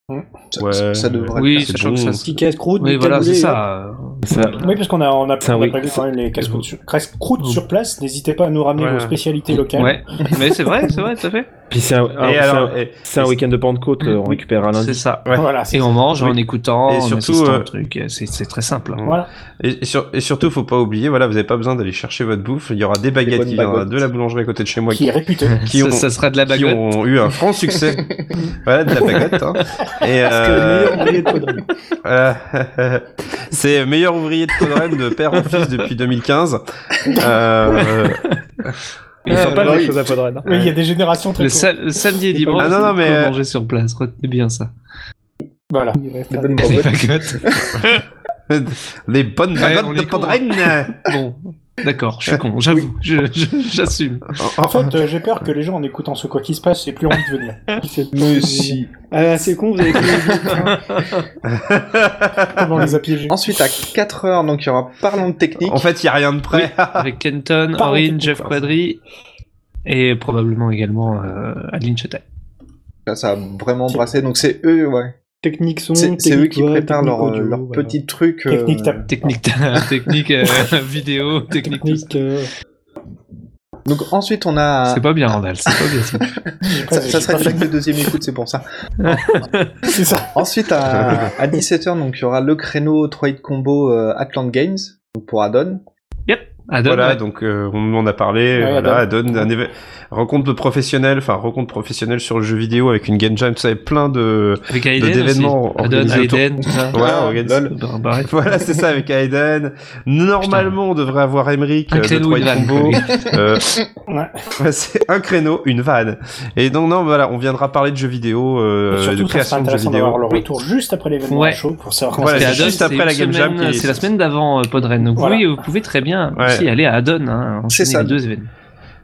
[SPEAKER 2] Hmm.
[SPEAKER 6] Ça,
[SPEAKER 9] Ouais,
[SPEAKER 6] ça- ça devrait
[SPEAKER 7] Oui,
[SPEAKER 9] c'est
[SPEAKER 7] sachant
[SPEAKER 9] bon.
[SPEAKER 7] que ça. se-
[SPEAKER 5] petit casse-croûte.
[SPEAKER 7] Oui,
[SPEAKER 5] du
[SPEAKER 7] voilà,
[SPEAKER 5] taboulé,
[SPEAKER 7] c'est
[SPEAKER 5] hop.
[SPEAKER 2] euh,
[SPEAKER 7] ça.
[SPEAKER 8] Ça-
[SPEAKER 2] Oui, parce qu'on a, on a,
[SPEAKER 8] Ça,
[SPEAKER 2] on a
[SPEAKER 8] oui.
[SPEAKER 2] prévu quand même les casse-croûtes sur, casse-croûtes
[SPEAKER 6] Mm.
[SPEAKER 7] Vous-
[SPEAKER 2] sur place. N'hésitez pas à nous ramener
[SPEAKER 9] Ouais.
[SPEAKER 2] vos spécialités locales.
[SPEAKER 7] Ouais, mais c'est vrai, c'est vrai, tout à fait.
[SPEAKER 8] Puis c'est un,
[SPEAKER 7] Ah,
[SPEAKER 8] un-
[SPEAKER 9] Et
[SPEAKER 8] c'est
[SPEAKER 9] alors,
[SPEAKER 8] un-
[SPEAKER 9] et-
[SPEAKER 8] c'est un week-end de Pentecôte, euh, on récupère un
[SPEAKER 7] C'est
[SPEAKER 8] lundi.
[SPEAKER 7] ça.
[SPEAKER 9] Ouais.
[SPEAKER 2] Voilà, c'est
[SPEAKER 7] Et on mange en
[SPEAKER 9] Oui.
[SPEAKER 7] écoutant,
[SPEAKER 9] Et
[SPEAKER 7] en
[SPEAKER 9] surtout,
[SPEAKER 7] assistant
[SPEAKER 9] euh,
[SPEAKER 7] au truc. C'est c'est très simple. hein.
[SPEAKER 2] Voilà.
[SPEAKER 9] Et, et sur- et surtout, faut pas oublier, voilà, vous avez pas besoin d'aller chercher votre bouffe. Il y aura des baguettes
[SPEAKER 6] bonnes
[SPEAKER 9] qui viendra
[SPEAKER 6] baguettes.
[SPEAKER 9] de la boulangerie à côté de chez moi
[SPEAKER 2] qui est réputé.
[SPEAKER 9] qui
[SPEAKER 7] ça,
[SPEAKER 9] ont-
[SPEAKER 7] ça sera de la
[SPEAKER 9] qui
[SPEAKER 7] baguette.
[SPEAKER 9] ont eu un franc succès. voilà, de la baguette. hein. Et
[SPEAKER 5] Parce que le
[SPEAKER 9] euh,
[SPEAKER 5] meilleur moyen de podrer.
[SPEAKER 9] voilà. c'est meilleur ouvrier de Podren de père en fils depuis 2015. Euh,
[SPEAKER 7] Ils sont pas-
[SPEAKER 8] pas
[SPEAKER 6] oui.
[SPEAKER 8] les choses à
[SPEAKER 7] hein.
[SPEAKER 8] Podren.
[SPEAKER 2] Oui, il y a des générations très
[SPEAKER 7] Le,
[SPEAKER 2] tôt.
[SPEAKER 7] sa- le samedi et dimanche,
[SPEAKER 9] Ah non, non, mais,
[SPEAKER 7] on peut
[SPEAKER 9] euh,
[SPEAKER 7] manger sur place. Retenez bien ça.
[SPEAKER 2] Voilà.
[SPEAKER 5] Il reste
[SPEAKER 6] Des
[SPEAKER 5] à-
[SPEAKER 6] bonnes
[SPEAKER 7] Les
[SPEAKER 6] baguettes.
[SPEAKER 7] baguettes.
[SPEAKER 9] les bonnes
[SPEAKER 7] Ouais,
[SPEAKER 9] baguettes
[SPEAKER 7] on
[SPEAKER 9] de
[SPEAKER 7] les compte.
[SPEAKER 9] Podren.
[SPEAKER 7] Bon, d'accord, je suis con, j'avoue, je- je- j'assume.
[SPEAKER 2] En fait, euh, j'ai peur que les gens, en écoutant ce quoi qui se passe, aient plus envie de venir.
[SPEAKER 6] Mais si.
[SPEAKER 5] Ah, c'est con, vous avez fait
[SPEAKER 2] Comment on les a piégés
[SPEAKER 6] Ensuite, à 4h, donc il y aura Parlons de technique.
[SPEAKER 9] En fait, il y a rien de prêt.
[SPEAKER 7] Avec Kenton,
[SPEAKER 2] Pas
[SPEAKER 7] Orin,
[SPEAKER 2] honte,
[SPEAKER 7] Jeff Quadri et probablement également euh, Aline Chataille.
[SPEAKER 6] Là, ça a vraiment brassé. Donc c'est eux, ouais.
[SPEAKER 5] technique son.
[SPEAKER 6] C'est c'est eux
[SPEAKER 5] technique
[SPEAKER 6] qui
[SPEAKER 5] voix,
[SPEAKER 6] préparent
[SPEAKER 5] technique
[SPEAKER 6] leur, euh,
[SPEAKER 5] audio,
[SPEAKER 6] leur
[SPEAKER 5] voilà.
[SPEAKER 6] petit truc. euh,
[SPEAKER 2] Technique tape.
[SPEAKER 7] Technique, technique euh, vidéo, technique. tout ça.
[SPEAKER 5] Technique, euh,
[SPEAKER 6] Donc ensuite, on a.
[SPEAKER 7] C'est pas bien, Randall, c'est pas bien ça.
[SPEAKER 2] J'ai pas-
[SPEAKER 6] Ça,
[SPEAKER 2] j'ai
[SPEAKER 6] ça
[SPEAKER 2] pas
[SPEAKER 6] serait une
[SPEAKER 2] fait-
[SPEAKER 6] blague de deuxième écoute, c'est pour ça.
[SPEAKER 2] C'est ça.
[SPEAKER 6] Ensuite, à, à 17h, donc il y aura le créneau 3 combo euh, Atlant Games donc pour add-on.
[SPEAKER 7] Yep. Adam,
[SPEAKER 9] voilà,
[SPEAKER 7] ouais.
[SPEAKER 9] donc euh, on en a parlé.
[SPEAKER 2] Ouais,
[SPEAKER 9] voilà,
[SPEAKER 2] Adam.
[SPEAKER 9] Adam, un éve- rencontre professionnelle, enfin rencontre professionnelle sur le jeu vidéo avec une game jam, tout ça et plein de.
[SPEAKER 7] avec Aiden aussi.
[SPEAKER 9] d'événements
[SPEAKER 7] Adam,
[SPEAKER 9] organisés autour-
[SPEAKER 7] Aiden, tout ça.
[SPEAKER 9] Ouais,
[SPEAKER 6] Ah,
[SPEAKER 9] organise-
[SPEAKER 6] lol.
[SPEAKER 7] Bah, bah, ouais.
[SPEAKER 9] Voilà, c'est ça avec Aiden. Normalement, on devrait avoir Emmerich,
[SPEAKER 7] Un
[SPEAKER 9] euh,
[SPEAKER 7] créneau,
[SPEAKER 9] de
[SPEAKER 7] une
[SPEAKER 9] Troy
[SPEAKER 7] vanne,
[SPEAKER 9] Combo.
[SPEAKER 7] comme
[SPEAKER 9] Euh,
[SPEAKER 2] Ouais.
[SPEAKER 9] ouais, c'est un créneau, une vanne. Et donc, non, voilà, on viendra parler de jeux vidéo, euh,
[SPEAKER 2] Et
[SPEAKER 9] de
[SPEAKER 2] surtout, ça sera
[SPEAKER 9] création de jeux
[SPEAKER 2] intéressant d'avoir le
[SPEAKER 9] vidéo.
[SPEAKER 2] retour juste après l'événement
[SPEAKER 7] Ouais.
[SPEAKER 2] à chaud pour savoir comment
[SPEAKER 9] Voilà,
[SPEAKER 7] Parce
[SPEAKER 2] ça
[SPEAKER 7] que
[SPEAKER 9] c'est
[SPEAKER 2] s'est
[SPEAKER 7] Adon,
[SPEAKER 9] juste
[SPEAKER 7] c'est
[SPEAKER 9] après
[SPEAKER 7] une
[SPEAKER 9] la game jam
[SPEAKER 7] semaine-
[SPEAKER 9] qui est-
[SPEAKER 7] C'est la semaine d'avant euh, Podren. Donc
[SPEAKER 2] Voilà.
[SPEAKER 7] oui, vous pouvez très bien
[SPEAKER 9] Ouais.
[SPEAKER 7] aussi aller à Adon. Hein,
[SPEAKER 6] C'est
[SPEAKER 7] enchaîner
[SPEAKER 6] ça.
[SPEAKER 7] Les deux événements.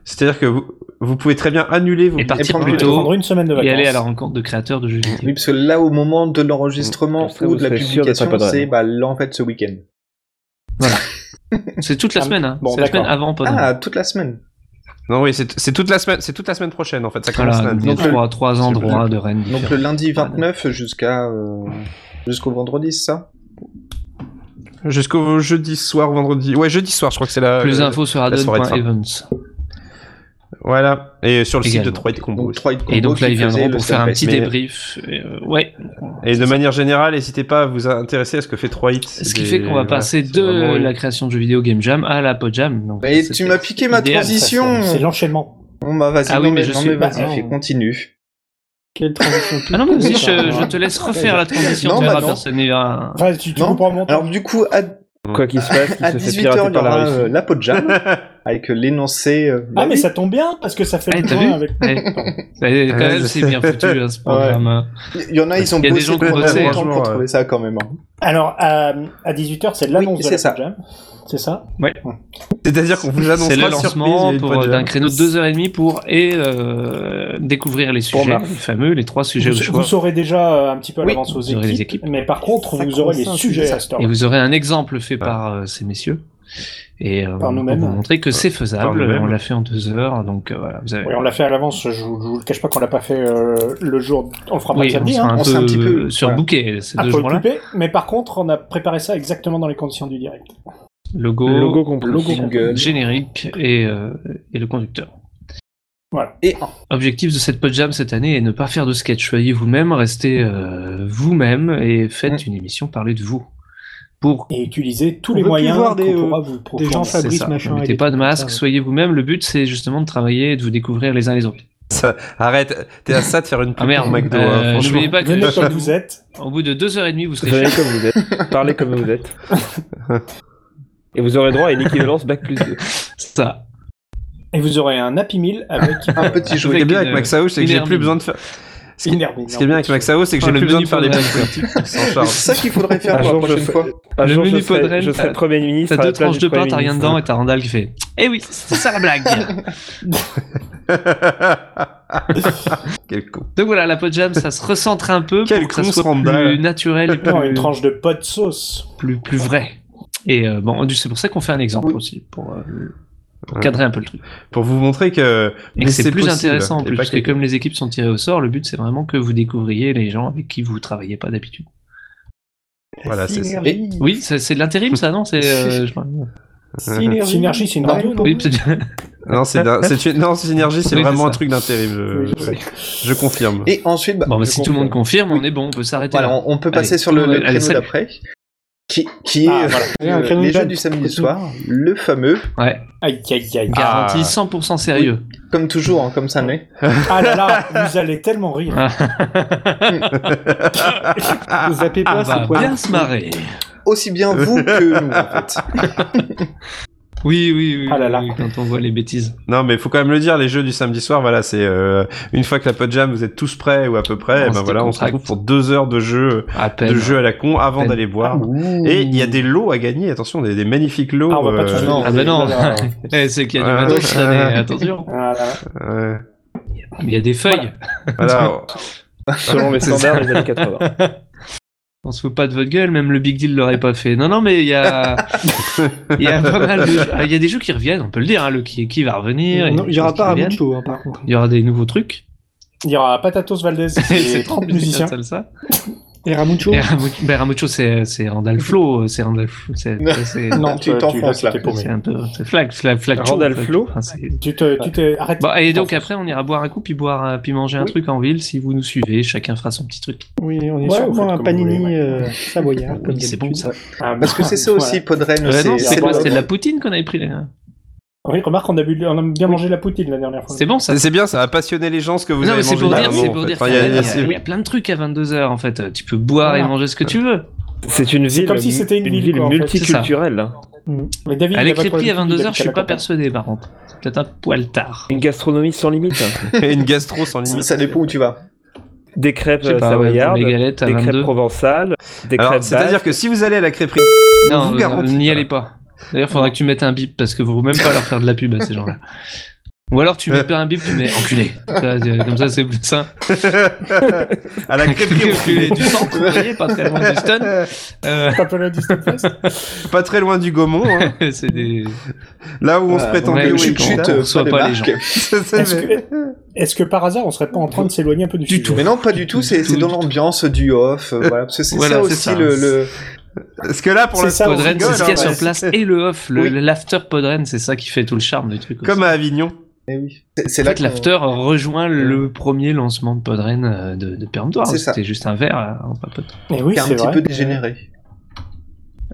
[SPEAKER 9] C'est-à-dire que vous, vous pouvez très bien annuler vos
[SPEAKER 7] Et
[SPEAKER 9] billets.
[SPEAKER 7] partir
[SPEAKER 6] prendre
[SPEAKER 7] plus
[SPEAKER 6] le
[SPEAKER 2] passé.
[SPEAKER 7] tôt
[SPEAKER 2] prendre une semaine de vacances.
[SPEAKER 7] et aller à la rencontre de créateurs de jeux vidéo.
[SPEAKER 6] Oui, parce que là, au moment de l'enregistrement
[SPEAKER 8] Comme ça,
[SPEAKER 6] ou
[SPEAKER 8] vous
[SPEAKER 6] de la
[SPEAKER 8] serez sûr d'être
[SPEAKER 6] publication,
[SPEAKER 8] pas de
[SPEAKER 6] c'est
[SPEAKER 8] rêve.
[SPEAKER 6] bah, là, en fait ce week-end.
[SPEAKER 7] C'est toute la
[SPEAKER 2] Ah,
[SPEAKER 7] semaine. Hein.
[SPEAKER 2] bon,
[SPEAKER 7] c'est la
[SPEAKER 2] d'accord.
[SPEAKER 7] semaine avant Podren.
[SPEAKER 6] Ah, toute la semaine.
[SPEAKER 9] Non, oui, c'est c'est toute la semaine, c'est toute la semaine prochaine, en fait. Ça commence
[SPEAKER 7] voilà,
[SPEAKER 9] lundi.
[SPEAKER 7] il y a trois, trois
[SPEAKER 9] c'est
[SPEAKER 7] endroits de Rennes
[SPEAKER 6] Donc
[SPEAKER 7] différents.
[SPEAKER 6] le lundi 29 jusqu'à euh, jusqu'au vendredi, c'est ça
[SPEAKER 9] Jusqu'au jeudi soir ou vendredi. Ouais, jeudi soir, je crois que c'est
[SPEAKER 6] euh,
[SPEAKER 9] la. euh,
[SPEAKER 7] Plus
[SPEAKER 9] la-
[SPEAKER 7] d'infos sur
[SPEAKER 9] soirée de fin.
[SPEAKER 7] adon.events.
[SPEAKER 9] Voilà. Et sur le site de
[SPEAKER 7] Également.
[SPEAKER 9] Troid Combo
[SPEAKER 6] Donc
[SPEAKER 9] aussi.
[SPEAKER 6] Troy de Combo
[SPEAKER 7] Et donc là,
[SPEAKER 6] qui
[SPEAKER 7] ils
[SPEAKER 6] faisait
[SPEAKER 7] viendront
[SPEAKER 6] le
[SPEAKER 7] pour faire
[SPEAKER 6] Stunfest.
[SPEAKER 7] un petit
[SPEAKER 9] Mais-
[SPEAKER 7] débrief. Et, euh, ouais.
[SPEAKER 9] Et de manière générale, n'hésitez pas à vous intéresser à ce que fait Troid.
[SPEAKER 7] Ce qui fait qu'on va passer de
[SPEAKER 9] deux
[SPEAKER 7] la création de jeux vidéo Game Jam à la Podjam. Donc,
[SPEAKER 6] Mais
[SPEAKER 7] c'était-
[SPEAKER 6] tu m'as piqué ma
[SPEAKER 7] idéal, ça,
[SPEAKER 6] transition.
[SPEAKER 2] C'est l'enchaînement.
[SPEAKER 6] Bon bah vas-y,
[SPEAKER 7] Ah oui,
[SPEAKER 6] non,
[SPEAKER 7] mais
[SPEAKER 6] mais,
[SPEAKER 7] je
[SPEAKER 6] non,
[SPEAKER 7] suis
[SPEAKER 6] mais
[SPEAKER 7] pas-
[SPEAKER 6] vas-y, fais, continue.
[SPEAKER 5] Quelle transition
[SPEAKER 7] Ah non, mais
[SPEAKER 5] toute
[SPEAKER 7] vas-y,
[SPEAKER 5] pourrie,
[SPEAKER 7] je,
[SPEAKER 5] ça.
[SPEAKER 7] je te laisse refaire la transition.
[SPEAKER 6] Non,
[SPEAKER 7] tu
[SPEAKER 6] bah
[SPEAKER 7] verras,
[SPEAKER 6] non.
[SPEAKER 7] personne n'y verra.
[SPEAKER 2] Enfin, tu, tu
[SPEAKER 6] Non.
[SPEAKER 2] comprends mon temps.
[SPEAKER 6] Alors du coup, à,
[SPEAKER 8] Quoi qu'il se passe, il
[SPEAKER 6] à
[SPEAKER 8] se fait
[SPEAKER 6] 18h,
[SPEAKER 8] pirater
[SPEAKER 6] il y
[SPEAKER 8] par la
[SPEAKER 6] aura
[SPEAKER 8] Russie.
[SPEAKER 6] euh, la podjam avec l'énoncé... euh, bah
[SPEAKER 2] Ah, mais
[SPEAKER 6] oui.
[SPEAKER 2] ça tombe bien parce que ça fait
[SPEAKER 7] Eh,
[SPEAKER 2] le
[SPEAKER 7] t'as
[SPEAKER 2] point
[SPEAKER 7] vu
[SPEAKER 2] avec.
[SPEAKER 7] Eh, eh, quand
[SPEAKER 9] Ouais,
[SPEAKER 7] même,
[SPEAKER 9] je
[SPEAKER 7] c'est
[SPEAKER 9] sais.
[SPEAKER 7] bien foutu hein, ce programme.
[SPEAKER 6] Il y en a, ils ont
[SPEAKER 7] Il y a des
[SPEAKER 6] bossé
[SPEAKER 7] gens qui ont
[SPEAKER 6] pendant
[SPEAKER 7] bossé,
[SPEAKER 6] longtemps pour
[SPEAKER 9] franchement, ouais.
[SPEAKER 6] trouver ça quand même. hein.
[SPEAKER 2] Alors, à, 18h, c'est l'annonce
[SPEAKER 6] Oui,
[SPEAKER 2] de
[SPEAKER 6] c'est
[SPEAKER 2] la
[SPEAKER 6] ça.
[SPEAKER 2] Pearl Jam. C'est ça
[SPEAKER 9] C'est-à-dire qu'on vous annonce
[SPEAKER 7] C'est le
[SPEAKER 9] pas de surprise, il y a
[SPEAKER 7] lancement
[SPEAKER 9] une
[SPEAKER 7] pour euh,
[SPEAKER 9] bonne-
[SPEAKER 7] d'un créneau de 2h30 pour et euh, découvrir les sujets, les
[SPEAKER 8] mars.
[SPEAKER 7] fameux, les trois sujets au
[SPEAKER 2] vous, vous
[SPEAKER 7] choix.
[SPEAKER 2] saurez déjà euh, un petit peu à
[SPEAKER 6] Oui,
[SPEAKER 2] l'avance aux
[SPEAKER 7] vous aurez les
[SPEAKER 2] équipes,
[SPEAKER 7] équipes.
[SPEAKER 2] Mais par contre,
[SPEAKER 6] Ça
[SPEAKER 2] vous aurez
[SPEAKER 6] commence
[SPEAKER 2] les
[SPEAKER 6] un
[SPEAKER 2] sujets
[SPEAKER 6] sujet.
[SPEAKER 2] à cette heure.
[SPEAKER 7] Et vous aurez un exemple fait par euh, ces messieurs. Et euh,
[SPEAKER 2] Par
[SPEAKER 7] pour
[SPEAKER 2] nous-mêmes.
[SPEAKER 7] vous montrer que c'est
[SPEAKER 9] Par
[SPEAKER 7] faisable.
[SPEAKER 9] nous-mêmes.
[SPEAKER 7] On l'a fait en deux heures. Donc euh, voilà, vous avez.
[SPEAKER 2] Oui, on l'a fait à l'avance, je, vous- je vous le cache pas qu'on l'a pas fait euh, le jour, on le fera pas
[SPEAKER 7] Oui,
[SPEAKER 2] le
[SPEAKER 7] on
[SPEAKER 2] samedi,
[SPEAKER 7] sera
[SPEAKER 2] hein.
[SPEAKER 7] un,
[SPEAKER 6] on
[SPEAKER 7] peu,
[SPEAKER 6] s'est un petit peu-
[SPEAKER 7] surbooké ces
[SPEAKER 2] un
[SPEAKER 7] deux
[SPEAKER 2] peu
[SPEAKER 7] jours-là.
[SPEAKER 2] occupé, mais par contre on a préparé ça exactement dans les conditions du direct.
[SPEAKER 7] Logo,
[SPEAKER 8] Logo compris.
[SPEAKER 7] logo
[SPEAKER 6] Jingle.
[SPEAKER 7] générique et, euh, et le conducteur.
[SPEAKER 2] Voilà.
[SPEAKER 6] Et-
[SPEAKER 7] Objectif de cette podjam cette année est ne pas faire de sketch. Soyez vous-même, restez euh, vous-même et
[SPEAKER 9] Mm.
[SPEAKER 7] faites une émission parler de vous. Pour
[SPEAKER 2] Et utiliser tous
[SPEAKER 5] On
[SPEAKER 2] les
[SPEAKER 5] veut plus
[SPEAKER 2] moyens
[SPEAKER 5] voir des,
[SPEAKER 2] qu'on
[SPEAKER 5] euh,
[SPEAKER 2] pourra vous procurer.
[SPEAKER 5] des gens
[SPEAKER 7] c'est
[SPEAKER 5] Fabrice
[SPEAKER 7] ça.
[SPEAKER 5] Machin
[SPEAKER 7] Ne
[SPEAKER 5] et
[SPEAKER 7] mettez
[SPEAKER 5] des
[SPEAKER 7] pas de
[SPEAKER 5] trucs comme
[SPEAKER 7] masque,
[SPEAKER 5] ça.
[SPEAKER 7] soyez vous-même. Le but, c'est justement de travailler et de vous découvrir les uns les autres.
[SPEAKER 9] Arrête, t'es à ça de faire une pub
[SPEAKER 7] Ah merde,
[SPEAKER 9] pour McDo,
[SPEAKER 7] euh,
[SPEAKER 9] hein, franchement.
[SPEAKER 7] n'oubliez pas que
[SPEAKER 2] Venez comme vous êtes.
[SPEAKER 7] au bout de deux heures et demie, vous serez
[SPEAKER 8] Venez
[SPEAKER 7] chez
[SPEAKER 8] comme vous êtes. Parlez comme vous êtes. Et vous aurez droit à une équivalence bac plus 2.
[SPEAKER 7] ça.
[SPEAKER 2] Et vous aurez un Happy Meal avec
[SPEAKER 6] Un petit
[SPEAKER 9] Ce
[SPEAKER 6] jeu.
[SPEAKER 9] qui est
[SPEAKER 7] Avec euh,
[SPEAKER 9] bien avec
[SPEAKER 7] une-
[SPEAKER 9] Maxao, c'est que j'ai
[SPEAKER 7] une
[SPEAKER 9] plus
[SPEAKER 7] hermine.
[SPEAKER 9] besoin de faire. Ce qui-
[SPEAKER 2] Inermi.
[SPEAKER 9] ce qui est bien avec Maxao, c'est que j'ai
[SPEAKER 7] Ah, le
[SPEAKER 9] plus besoin de
[SPEAKER 7] menu
[SPEAKER 9] faire les
[SPEAKER 7] pour
[SPEAKER 9] blagues
[SPEAKER 7] la-
[SPEAKER 9] politiques. Il s'en
[SPEAKER 6] C'est
[SPEAKER 9] charge.
[SPEAKER 6] ça qu'il faudrait faire
[SPEAKER 8] Un
[SPEAKER 6] pour la
[SPEAKER 8] jour, je
[SPEAKER 6] prochaine
[SPEAKER 8] ferai-
[SPEAKER 6] fois.
[SPEAKER 8] Un
[SPEAKER 7] Le
[SPEAKER 8] jour, je
[SPEAKER 7] menu
[SPEAKER 8] serai,
[SPEAKER 7] Podren,
[SPEAKER 8] je serai
[SPEAKER 7] t'as-
[SPEAKER 8] Premier ministre.
[SPEAKER 7] T'as
[SPEAKER 8] à la
[SPEAKER 7] deux
[SPEAKER 8] place
[SPEAKER 7] tranches
[SPEAKER 8] du
[SPEAKER 7] de pain,
[SPEAKER 8] Premier
[SPEAKER 7] t'as rien
[SPEAKER 8] ministre.
[SPEAKER 7] dedans et t'as Randall qui fait Eh oui, c'est ça la blague
[SPEAKER 9] Quel con.
[SPEAKER 7] Donc voilà, la podjam, ça se recentre un peu
[SPEAKER 9] Quel
[SPEAKER 7] pour que ça
[SPEAKER 9] con, ce
[SPEAKER 7] soit
[SPEAKER 9] Randall.
[SPEAKER 7] plus naturel et plus,
[SPEAKER 2] Non, une tranche de pot de sauce.
[SPEAKER 7] plus, plus vrai. Et euh, bon, c'est pour ça qu'on fait un exemple aussi, pour euh, cadrer un peu le truc.
[SPEAKER 9] Pour vous montrer que.
[SPEAKER 7] Et
[SPEAKER 9] Mais
[SPEAKER 7] que c'est
[SPEAKER 9] c'est
[SPEAKER 7] plus
[SPEAKER 9] possible,
[SPEAKER 7] intéressant en
[SPEAKER 9] et
[SPEAKER 7] plus,
[SPEAKER 9] pas
[SPEAKER 7] parce que
[SPEAKER 9] que-
[SPEAKER 7] comme les équipes sont tirées au sort, le but c'est vraiment que vous découvriez les gens avec qui vous travaillez pas d'habitude.
[SPEAKER 9] Voilà, c'est ça.
[SPEAKER 6] Et-
[SPEAKER 7] Oui, c'est c'est de l'intérim ça, non C'est euh, je- oui,
[SPEAKER 2] Synergie, c'est une
[SPEAKER 6] Non,
[SPEAKER 2] radio. non
[SPEAKER 7] peut-être-
[SPEAKER 9] Non, c'est d'un- c'est une- non, Synergie, c'est
[SPEAKER 7] Oui, c'est
[SPEAKER 9] vraiment un
[SPEAKER 7] ça.
[SPEAKER 9] truc d'intérim. Je,
[SPEAKER 2] Oui, je sais.
[SPEAKER 9] je- je confirme.
[SPEAKER 6] Et ensuite, bah,
[SPEAKER 7] Bon, bah,
[SPEAKER 6] je
[SPEAKER 7] si tout le monde confirme, on est bon, on peut s'arrêter
[SPEAKER 6] Voilà,
[SPEAKER 7] là.
[SPEAKER 6] on, on peut
[SPEAKER 7] Allez,
[SPEAKER 6] passer sur le, le
[SPEAKER 7] allez,
[SPEAKER 6] créneau
[SPEAKER 7] salut.
[SPEAKER 6] d'après, qui, qui est
[SPEAKER 2] Ah, voilà.
[SPEAKER 6] euh,
[SPEAKER 5] un créneau
[SPEAKER 6] les
[SPEAKER 5] de
[SPEAKER 6] jeux
[SPEAKER 5] date.
[SPEAKER 6] du samedi soir, le fameux,
[SPEAKER 2] Aïe, aïe, aïe.
[SPEAKER 7] Garantie 100% sérieux.
[SPEAKER 6] comme toujours, hein, comme ça l'est.
[SPEAKER 2] Ah là là, vous allez tellement rire.
[SPEAKER 5] Vous zappez
[SPEAKER 7] On va
[SPEAKER 5] pas, c'est quoi
[SPEAKER 7] Ah, bah, bien se marrer.
[SPEAKER 6] Aussi bien vous que nous, en fait.
[SPEAKER 7] Oui, oui, oui.
[SPEAKER 2] Ah là là.
[SPEAKER 7] oui, quand on voit les bêtises.
[SPEAKER 9] Non, mais faut quand même le dire, les jeux du samedi soir, voilà, c'est euh, une fois que la podjam, vous êtes tous prêts ou à peu près,
[SPEAKER 7] On
[SPEAKER 9] et ben
[SPEAKER 7] se
[SPEAKER 9] voilà, on se
[SPEAKER 7] décontracte.
[SPEAKER 9] retrouve pour deux heures de jeu,
[SPEAKER 7] À
[SPEAKER 9] de
[SPEAKER 7] peine.
[SPEAKER 9] jeu à la con avant
[SPEAKER 7] Peine.
[SPEAKER 9] d'aller
[SPEAKER 6] Ah,
[SPEAKER 9] boire. Et il y a des lots à gagner, attention, des, des magnifiques lots. euh,
[SPEAKER 2] Ah, on va pas tous
[SPEAKER 6] non.
[SPEAKER 7] Ah bah non,
[SPEAKER 2] Voilà.
[SPEAKER 7] Eh, c'est qu'il y a du
[SPEAKER 9] Ouais.
[SPEAKER 7] matos cette année, attention. Ah,
[SPEAKER 2] Ah là là.
[SPEAKER 9] ouais.
[SPEAKER 7] Il y a des feuilles.
[SPEAKER 9] Voilà.
[SPEAKER 8] Selon les standards des années 80.
[SPEAKER 7] On se fout pas de votre gueule, même le Big Deal l'aurait pas fait. Non, non, mais il y a, il y a pas mal de, jeux- il y a des jeux qui reviennent, on peut le dire, hein, le qui, qui va revenir.
[SPEAKER 5] Non,
[SPEAKER 7] des
[SPEAKER 5] il y aura
[SPEAKER 7] choses qui
[SPEAKER 5] pas
[SPEAKER 7] reviennent.
[SPEAKER 5] Ramucho, hein, par contre.
[SPEAKER 7] Il y aura des nouveaux trucs.
[SPEAKER 2] Il y aura Patatos Valdez et 30
[SPEAKER 7] bien,
[SPEAKER 2] musiciens.
[SPEAKER 7] ça, ça.
[SPEAKER 5] Et Ramucho
[SPEAKER 7] Et Ramu- ben, Ramucho, c'est c'est Randalflo, c'est Randalflo, c'est
[SPEAKER 6] Non.
[SPEAKER 7] c'est-
[SPEAKER 2] Non,
[SPEAKER 6] Tu
[SPEAKER 2] toi,
[SPEAKER 6] t'enfonces,
[SPEAKER 2] là,
[SPEAKER 6] là.
[SPEAKER 2] tu t'es paumé.
[SPEAKER 7] c'est un peu c'est flag, flag, flag.
[SPEAKER 8] Randalflo
[SPEAKER 7] Enfin, c'est-
[SPEAKER 2] Tu te, tu te, arrête.
[SPEAKER 7] Bon, Bah, et donc
[SPEAKER 2] T'enfonces.
[SPEAKER 7] après, on ira boire un coup, puis boire, un- puis manger un truc en ville. Si vous nous suivez, chacun fera son petit truc.
[SPEAKER 5] Oui, on est
[SPEAKER 2] Ouais, vous
[SPEAKER 5] sûrement
[SPEAKER 2] faites
[SPEAKER 5] un
[SPEAKER 2] comme
[SPEAKER 5] panini
[SPEAKER 2] vous voulez, ouais.
[SPEAKER 5] euh, savoyard, comme
[SPEAKER 7] Oui, c'est bon
[SPEAKER 5] d'habitude.
[SPEAKER 7] ça.
[SPEAKER 2] Ah,
[SPEAKER 6] Parce que c'est ça aussi,
[SPEAKER 2] voilà.
[SPEAKER 6] Podren.
[SPEAKER 7] Euh, non, c'est
[SPEAKER 6] c'est-
[SPEAKER 7] quoi C'était de la poutine qu'on avait pris. là.
[SPEAKER 2] Oui, remarque, on a, bu- on a bien mangé la poutine la dernière fois.
[SPEAKER 7] C'est bon ça.
[SPEAKER 9] C'est bien, ça a passionné les gens ce que vous
[SPEAKER 7] non,
[SPEAKER 9] avez
[SPEAKER 7] mais c'est
[SPEAKER 9] mangé.
[SPEAKER 7] pour
[SPEAKER 9] là
[SPEAKER 7] dire,
[SPEAKER 9] avant,
[SPEAKER 7] c'est
[SPEAKER 9] en
[SPEAKER 7] pour
[SPEAKER 9] fait.
[SPEAKER 7] dire
[SPEAKER 9] Enfin,
[SPEAKER 7] qu'il
[SPEAKER 9] il y a- il y a-
[SPEAKER 7] y, a- il y a plein de trucs à 22 heures en fait. Euh, Tu peux boire et
[SPEAKER 2] Voilà.
[SPEAKER 7] manger ce que tu veux.
[SPEAKER 8] C'est une ville.
[SPEAKER 2] comme si c'était une ville, quoi, en fait.
[SPEAKER 8] multiculturelle. hein.
[SPEAKER 2] Mm. Mais David,
[SPEAKER 7] À
[SPEAKER 2] il a pas de
[SPEAKER 7] l'écrit à
[SPEAKER 2] problème, il
[SPEAKER 7] 22 heures,
[SPEAKER 2] habite
[SPEAKER 7] je
[SPEAKER 2] à
[SPEAKER 7] suis
[SPEAKER 2] la
[SPEAKER 7] pas
[SPEAKER 2] campagne.
[SPEAKER 7] persuadé par contre. C'est peut-être un poil tard.
[SPEAKER 8] Une gastronomie sans limite.
[SPEAKER 9] Et une gastro sans limite.
[SPEAKER 6] Ça dépend où tu vas.
[SPEAKER 8] Des crêpes
[SPEAKER 7] Je sais
[SPEAKER 8] euh,
[SPEAKER 7] pas, ouais, pour
[SPEAKER 8] savoyardes,
[SPEAKER 7] les
[SPEAKER 8] des
[SPEAKER 7] galettes à
[SPEAKER 8] crêpes
[SPEAKER 7] 22.
[SPEAKER 8] provençales, des
[SPEAKER 9] Alors,
[SPEAKER 8] crêpes basques.
[SPEAKER 9] c'est-à-dire que si vous allez à la crêperie, on
[SPEAKER 7] Non,
[SPEAKER 9] vous
[SPEAKER 7] euh,
[SPEAKER 9] garantit.
[SPEAKER 7] n'y allez pas. D'ailleurs, faudra que tu mettes un bip parce que vous même pas leur faire de la pub à ces gens-là. Ou alors tu mets pas un bip, tu mets enculé. Ça, c'est- Comme ça, c'est plus simple.
[SPEAKER 9] à la crêperie, on
[SPEAKER 7] enculé
[SPEAKER 9] fait-
[SPEAKER 7] du centre, vous voyez, pas très loin du stun. Euh,
[SPEAKER 2] T'as pas la distance
[SPEAKER 9] pas très loin du Gaumont, hein.
[SPEAKER 7] c'est des.
[SPEAKER 9] là où on se
[SPEAKER 6] Voilà,
[SPEAKER 9] prétend
[SPEAKER 6] donc,
[SPEAKER 7] engueuler,
[SPEAKER 6] euh,
[SPEAKER 7] ouais,
[SPEAKER 9] oui,
[SPEAKER 7] chut,
[SPEAKER 9] hein.
[SPEAKER 6] chut,
[SPEAKER 7] chut,
[SPEAKER 6] chut,
[SPEAKER 7] on
[SPEAKER 6] euh,
[SPEAKER 7] reçoit
[SPEAKER 6] des
[SPEAKER 7] pas les
[SPEAKER 6] marques.
[SPEAKER 7] gens.
[SPEAKER 2] Est-ce que, est-ce que par hasard, on serait pas en train de s'éloigner un peu du,
[SPEAKER 7] Du
[SPEAKER 2] sujet
[SPEAKER 7] tout.
[SPEAKER 6] Mais non, pas du tout, c'est
[SPEAKER 7] Du
[SPEAKER 6] c'est
[SPEAKER 7] tout,
[SPEAKER 6] dans
[SPEAKER 7] du
[SPEAKER 6] l'ambiance du off. euh, voilà, parce que c'est
[SPEAKER 7] Voilà,
[SPEAKER 6] ça
[SPEAKER 7] c'est
[SPEAKER 6] aussi
[SPEAKER 7] ça.
[SPEAKER 6] le. le-
[SPEAKER 9] Parce que là, pour
[SPEAKER 2] C'est
[SPEAKER 6] Ah,
[SPEAKER 9] l'instant,
[SPEAKER 2] ça,
[SPEAKER 9] on
[SPEAKER 7] Podren,
[SPEAKER 9] rigole,
[SPEAKER 7] c'est ce qu'il y a
[SPEAKER 9] hein,
[SPEAKER 7] sur
[SPEAKER 9] ouais.
[SPEAKER 7] place et le off, le-
[SPEAKER 6] Oui.
[SPEAKER 7] l'after Podren, c'est ça qui fait tout le charme du truc. aussi.
[SPEAKER 9] Comme à Avignon.
[SPEAKER 6] c'est- C'est
[SPEAKER 7] En
[SPEAKER 6] là
[SPEAKER 7] fait,
[SPEAKER 6] que
[SPEAKER 7] l'after rejoint le premier lancement de Podren euh, de, de Permdoir.
[SPEAKER 6] Euh. C'est ça.
[SPEAKER 7] C'était juste un verre euh, en papote.
[SPEAKER 2] Eh oui,
[SPEAKER 6] c'est un
[SPEAKER 2] c'est
[SPEAKER 6] petit
[SPEAKER 2] vrai.
[SPEAKER 6] peu dégénéré.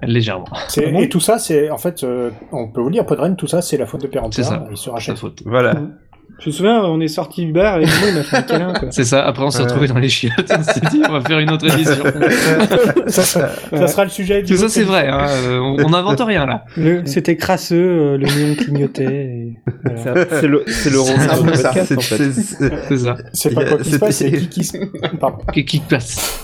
[SPEAKER 7] Légèrement.
[SPEAKER 2] C'est- Et tout ça, c'est en fait, euh, on peut vous dire, Podren, tout ça, c'est la faute de Péremptoire.
[SPEAKER 7] C'est ça.
[SPEAKER 2] Il se
[SPEAKER 6] Ah,
[SPEAKER 7] C'est
[SPEAKER 2] rachète.
[SPEAKER 7] faute.
[SPEAKER 9] Voilà.
[SPEAKER 5] Je me souviens, on est sorti du bar et moi, il m'a fait un câlin. Quoi.
[SPEAKER 7] C'est ça. Après, on
[SPEAKER 6] Euh.
[SPEAKER 7] s'est
[SPEAKER 9] Ouais.
[SPEAKER 7] retrouvés dans les chiottes. On s'est dit, on va faire une autre émission.
[SPEAKER 2] ça, sera- ça sera le sujet du.
[SPEAKER 7] Tout ça, c'est vrai. hein, euh, On on n'invente rien là.
[SPEAKER 5] Le- C'était crasseux, euh, le néon clignotait. et voilà.
[SPEAKER 8] C'est un- c'est le, c'est le
[SPEAKER 7] C'est
[SPEAKER 8] ronron
[SPEAKER 7] un
[SPEAKER 8] du
[SPEAKER 7] peu
[SPEAKER 6] ça.
[SPEAKER 8] podcast,
[SPEAKER 9] C'est-
[SPEAKER 8] en fait.
[SPEAKER 9] c'est- c'est-
[SPEAKER 7] C'est ça.
[SPEAKER 2] C'est pas
[SPEAKER 9] Il y a-
[SPEAKER 2] quoi qui se passe, c'est
[SPEAKER 9] c'était-
[SPEAKER 2] qui qui se. Pardon.
[SPEAKER 7] Qui, qui passe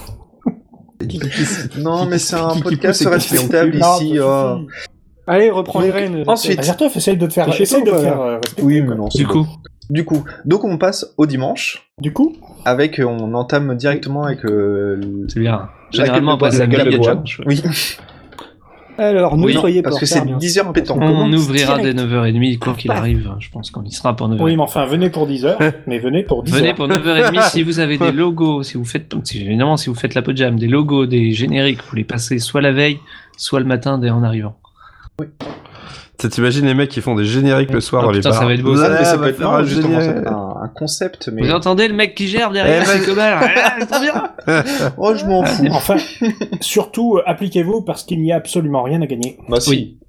[SPEAKER 6] Non, mais c'est un
[SPEAKER 9] qui- qui
[SPEAKER 6] podcast
[SPEAKER 9] pousse et qui
[SPEAKER 6] respectable
[SPEAKER 2] Non,
[SPEAKER 6] ici.
[SPEAKER 2] ça
[SPEAKER 6] euh.
[SPEAKER 2] suffit.
[SPEAKER 5] Allez, reprends les
[SPEAKER 6] Donc,
[SPEAKER 5] rênes.
[SPEAKER 6] ensuite.
[SPEAKER 2] Azertov, essaye de te faire.
[SPEAKER 5] T'es chez
[SPEAKER 2] Essaye de
[SPEAKER 5] toi,
[SPEAKER 2] te
[SPEAKER 5] voilà.
[SPEAKER 2] faire. euh, respecter,
[SPEAKER 6] Oui,
[SPEAKER 2] quoi.
[SPEAKER 6] mais non. c'est
[SPEAKER 7] Du
[SPEAKER 6] bon.
[SPEAKER 7] coup,
[SPEAKER 6] Du coup, donc on passe au dimanche.
[SPEAKER 2] Du coup,
[SPEAKER 6] Avec, euh, on entame directement avec. euh, le-
[SPEAKER 7] c'est bien.
[SPEAKER 6] La
[SPEAKER 7] Généralement,
[SPEAKER 6] gueule de bois,
[SPEAKER 7] après
[SPEAKER 6] la
[SPEAKER 7] samedi,
[SPEAKER 6] gueule
[SPEAKER 7] il y a
[SPEAKER 6] de bois.
[SPEAKER 7] dimanche, ouais.
[SPEAKER 6] Oui,
[SPEAKER 5] Alors, ne
[SPEAKER 7] Oui,
[SPEAKER 5] soyez pas hein.
[SPEAKER 6] parce
[SPEAKER 5] en
[SPEAKER 6] que c'est
[SPEAKER 5] retard, bien
[SPEAKER 6] 10 heures
[SPEAKER 5] sûr.
[SPEAKER 6] pétantes.
[SPEAKER 5] On
[SPEAKER 7] On
[SPEAKER 5] commence
[SPEAKER 7] ouvrira dès
[SPEAKER 5] direct.
[SPEAKER 7] 9h30 quoi qu'il arrive. hein, Je pense qu'on y sera pour 9h30.
[SPEAKER 2] oui, mais enfin, venez pour 10 heures, mais venez pour 10
[SPEAKER 7] Venez
[SPEAKER 2] heures.
[SPEAKER 7] pour 9h30 si vous avez des logos, si vous faites, si- évidemment, si vous faites la peau de jam, des logos, des génériques, vous les passez soit la veille, soit le matin dès en arrivant.
[SPEAKER 9] Ça, T'imagines les mecs qui font des génériques le soir
[SPEAKER 7] Ah,
[SPEAKER 9] dans les
[SPEAKER 7] putain,
[SPEAKER 9] bars.
[SPEAKER 7] ça va être beau, ça.
[SPEAKER 9] Ouais,
[SPEAKER 6] Ah, mais ça
[SPEAKER 9] va
[SPEAKER 6] peut être
[SPEAKER 9] faire
[SPEAKER 6] marrant,
[SPEAKER 9] un
[SPEAKER 6] justement, ça
[SPEAKER 9] génial.
[SPEAKER 6] peut être un, un concept, mais.
[SPEAKER 7] Vous entendez le mec qui gère derrière
[SPEAKER 9] Eh
[SPEAKER 7] ses
[SPEAKER 9] ben-
[SPEAKER 7] communs, là, c'est trop bien.
[SPEAKER 6] Oh, je m'en fous.
[SPEAKER 2] Enfin, surtout, euh, appliquez-vous parce qu'il n'y a absolument rien à gagner.
[SPEAKER 6] Bah, si.
[SPEAKER 7] Oui.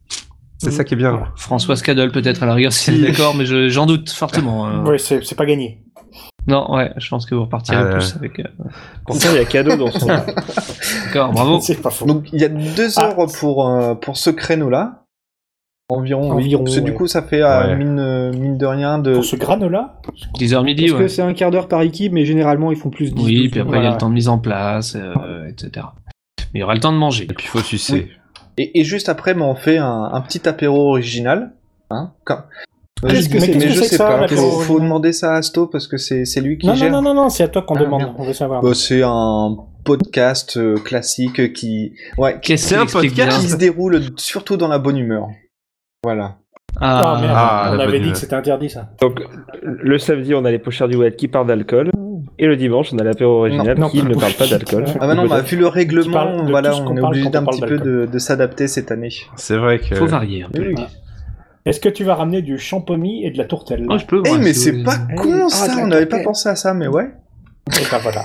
[SPEAKER 9] C'est ça qui est bien.
[SPEAKER 7] François Scadol peut-être à la rigueur si
[SPEAKER 9] Si.
[SPEAKER 7] est d'accord, mais je- j'en doute fortement.
[SPEAKER 9] Ah.
[SPEAKER 7] euh.
[SPEAKER 2] Oui, c'est c'est pas gagné.
[SPEAKER 7] Non, ouais, je pense que vous repartirez
[SPEAKER 9] Ah,
[SPEAKER 7] plus avec. euh,
[SPEAKER 8] Pourtant, il y a cadeau dans son.
[SPEAKER 9] Ah,
[SPEAKER 7] D'accord, bravo.
[SPEAKER 2] C'est pas faux.
[SPEAKER 6] Donc il y a deux
[SPEAKER 2] Ah.
[SPEAKER 6] heures pour, euh, pour ce créneau-là. Environ, oui.
[SPEAKER 2] Environ,
[SPEAKER 6] Parce que du
[SPEAKER 2] ouais.
[SPEAKER 6] coup, ça fait euh,
[SPEAKER 9] Ouais.
[SPEAKER 6] mine, euh, mine de rien de.
[SPEAKER 2] Pour ce granola,
[SPEAKER 7] 10h midi,
[SPEAKER 5] Parce
[SPEAKER 7] ouais.
[SPEAKER 5] que c'est un quart d'heure par équipe, mais généralement, ils font plus 10
[SPEAKER 7] Oui,
[SPEAKER 5] 12,
[SPEAKER 7] puis après, il y a
[SPEAKER 5] voilà.
[SPEAKER 7] le temps de mise en place, euh, etc. Mais il y aura le temps de manger.
[SPEAKER 9] Et puis faut sucer.
[SPEAKER 6] Et, et juste après, mais on fait un, un petit apéro original. Hein comme-
[SPEAKER 2] Qu'est-ce
[SPEAKER 6] Mais je-
[SPEAKER 2] que
[SPEAKER 6] mais
[SPEAKER 2] c'est
[SPEAKER 6] mais
[SPEAKER 2] Qu'est-ce
[SPEAKER 6] je
[SPEAKER 2] que
[SPEAKER 6] sais
[SPEAKER 2] c'est que ça,
[SPEAKER 6] pas.
[SPEAKER 2] un apéro
[SPEAKER 6] Faut, faut
[SPEAKER 2] original
[SPEAKER 6] demander ça à Asto parce que c'est c'est lui qui
[SPEAKER 2] Non,
[SPEAKER 6] gère.
[SPEAKER 2] non, non, non, non, c'est à toi qu'on
[SPEAKER 6] Ah,
[SPEAKER 2] demande.
[SPEAKER 6] merde.
[SPEAKER 2] On veut savoir.
[SPEAKER 6] Bah, c'est un podcast euh, classique qui, ouais, qui,
[SPEAKER 7] Qu'est-ce
[SPEAKER 9] C'est
[SPEAKER 7] qu'il
[SPEAKER 9] un
[SPEAKER 7] explique
[SPEAKER 9] podcast
[SPEAKER 6] qui
[SPEAKER 7] bien
[SPEAKER 6] se déroule surtout dans la bonne humeur. Voilà.
[SPEAKER 2] Ah, merde,
[SPEAKER 9] Ah,
[SPEAKER 2] on
[SPEAKER 9] la
[SPEAKER 2] avait dit
[SPEAKER 9] bonne
[SPEAKER 2] que
[SPEAKER 9] nouvelle.
[SPEAKER 2] c'était interdit ça.
[SPEAKER 8] Donc, le samedi, on a les pochères du Wild qui parlent d'alcool. Et le dimanche, on a l'apéro original
[SPEAKER 2] Non,
[SPEAKER 8] qui
[SPEAKER 2] non,
[SPEAKER 8] ne
[SPEAKER 2] pas-
[SPEAKER 8] parle pas d'alcool.
[SPEAKER 6] Ah bah non, bah, vu le
[SPEAKER 2] parle
[SPEAKER 6] règlement,
[SPEAKER 2] de
[SPEAKER 6] voilà,
[SPEAKER 2] tout ce qu'on
[SPEAKER 6] on est
[SPEAKER 2] parle
[SPEAKER 6] obligé
[SPEAKER 2] quand on
[SPEAKER 6] d'un
[SPEAKER 2] parle
[SPEAKER 6] petit peu de, de s'adapter cette année.
[SPEAKER 2] Oh,
[SPEAKER 9] C'est vrai que.
[SPEAKER 7] Faut varier un peu.
[SPEAKER 2] Est-ce que tu vas ramener du champomis et de la tourtelle
[SPEAKER 7] Oh, je peux,
[SPEAKER 6] Eh
[SPEAKER 7] moi,
[SPEAKER 6] mais
[SPEAKER 7] si vous
[SPEAKER 6] c'est
[SPEAKER 7] voulez.
[SPEAKER 6] pas
[SPEAKER 5] Eh,
[SPEAKER 6] con
[SPEAKER 5] ah,
[SPEAKER 6] ça,
[SPEAKER 5] t'as
[SPEAKER 6] on n'avait pas
[SPEAKER 5] capté.
[SPEAKER 6] pensé à ça, mais ouais. Eh
[SPEAKER 2] Et ben voilà.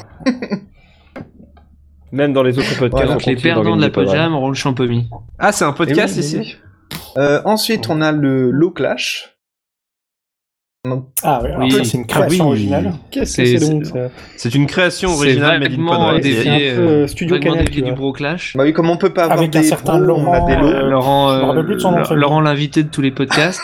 [SPEAKER 8] Même dans les autres podcasts,
[SPEAKER 6] Voilà.
[SPEAKER 8] on
[SPEAKER 7] Donc les
[SPEAKER 8] continue
[SPEAKER 7] perdants de la
[SPEAKER 8] d'organiser pas mal.
[SPEAKER 7] Podjam auront le champomis.
[SPEAKER 9] Ah, c'est un podcast
[SPEAKER 6] Eh oui,
[SPEAKER 9] ici.
[SPEAKER 6] Euh, ensuite, on a le Low Clash.
[SPEAKER 2] Ah ouais, alors
[SPEAKER 7] Oui.
[SPEAKER 2] ça, c'est une création
[SPEAKER 9] Ah oui.
[SPEAKER 2] originale.
[SPEAKER 5] Qu'est-ce
[SPEAKER 7] C'est-
[SPEAKER 5] que c'est
[SPEAKER 7] c'est-
[SPEAKER 5] donc ça
[SPEAKER 9] C'est une création
[SPEAKER 7] C'est
[SPEAKER 9] originale made in
[SPEAKER 7] vaguement
[SPEAKER 9] Podren.
[SPEAKER 7] des-
[SPEAKER 5] C'est un peu euh, studio
[SPEAKER 7] Vaguement
[SPEAKER 5] Canal,
[SPEAKER 7] dévié
[SPEAKER 5] tu
[SPEAKER 7] du
[SPEAKER 5] vois. Euh,
[SPEAKER 7] Bro Clash.
[SPEAKER 6] Bah oui, comme on peut pas avoir
[SPEAKER 2] Avec
[SPEAKER 6] des
[SPEAKER 2] un certain
[SPEAKER 6] pros, on a
[SPEAKER 2] Laurent,
[SPEAKER 6] des lots.
[SPEAKER 2] euh,
[SPEAKER 7] Laurent,
[SPEAKER 2] je me
[SPEAKER 7] euh,
[SPEAKER 2] rappelle plus de son nom,
[SPEAKER 7] Laurent-
[SPEAKER 2] celui-là.
[SPEAKER 7] Laurent l'invité de tous les podcasts,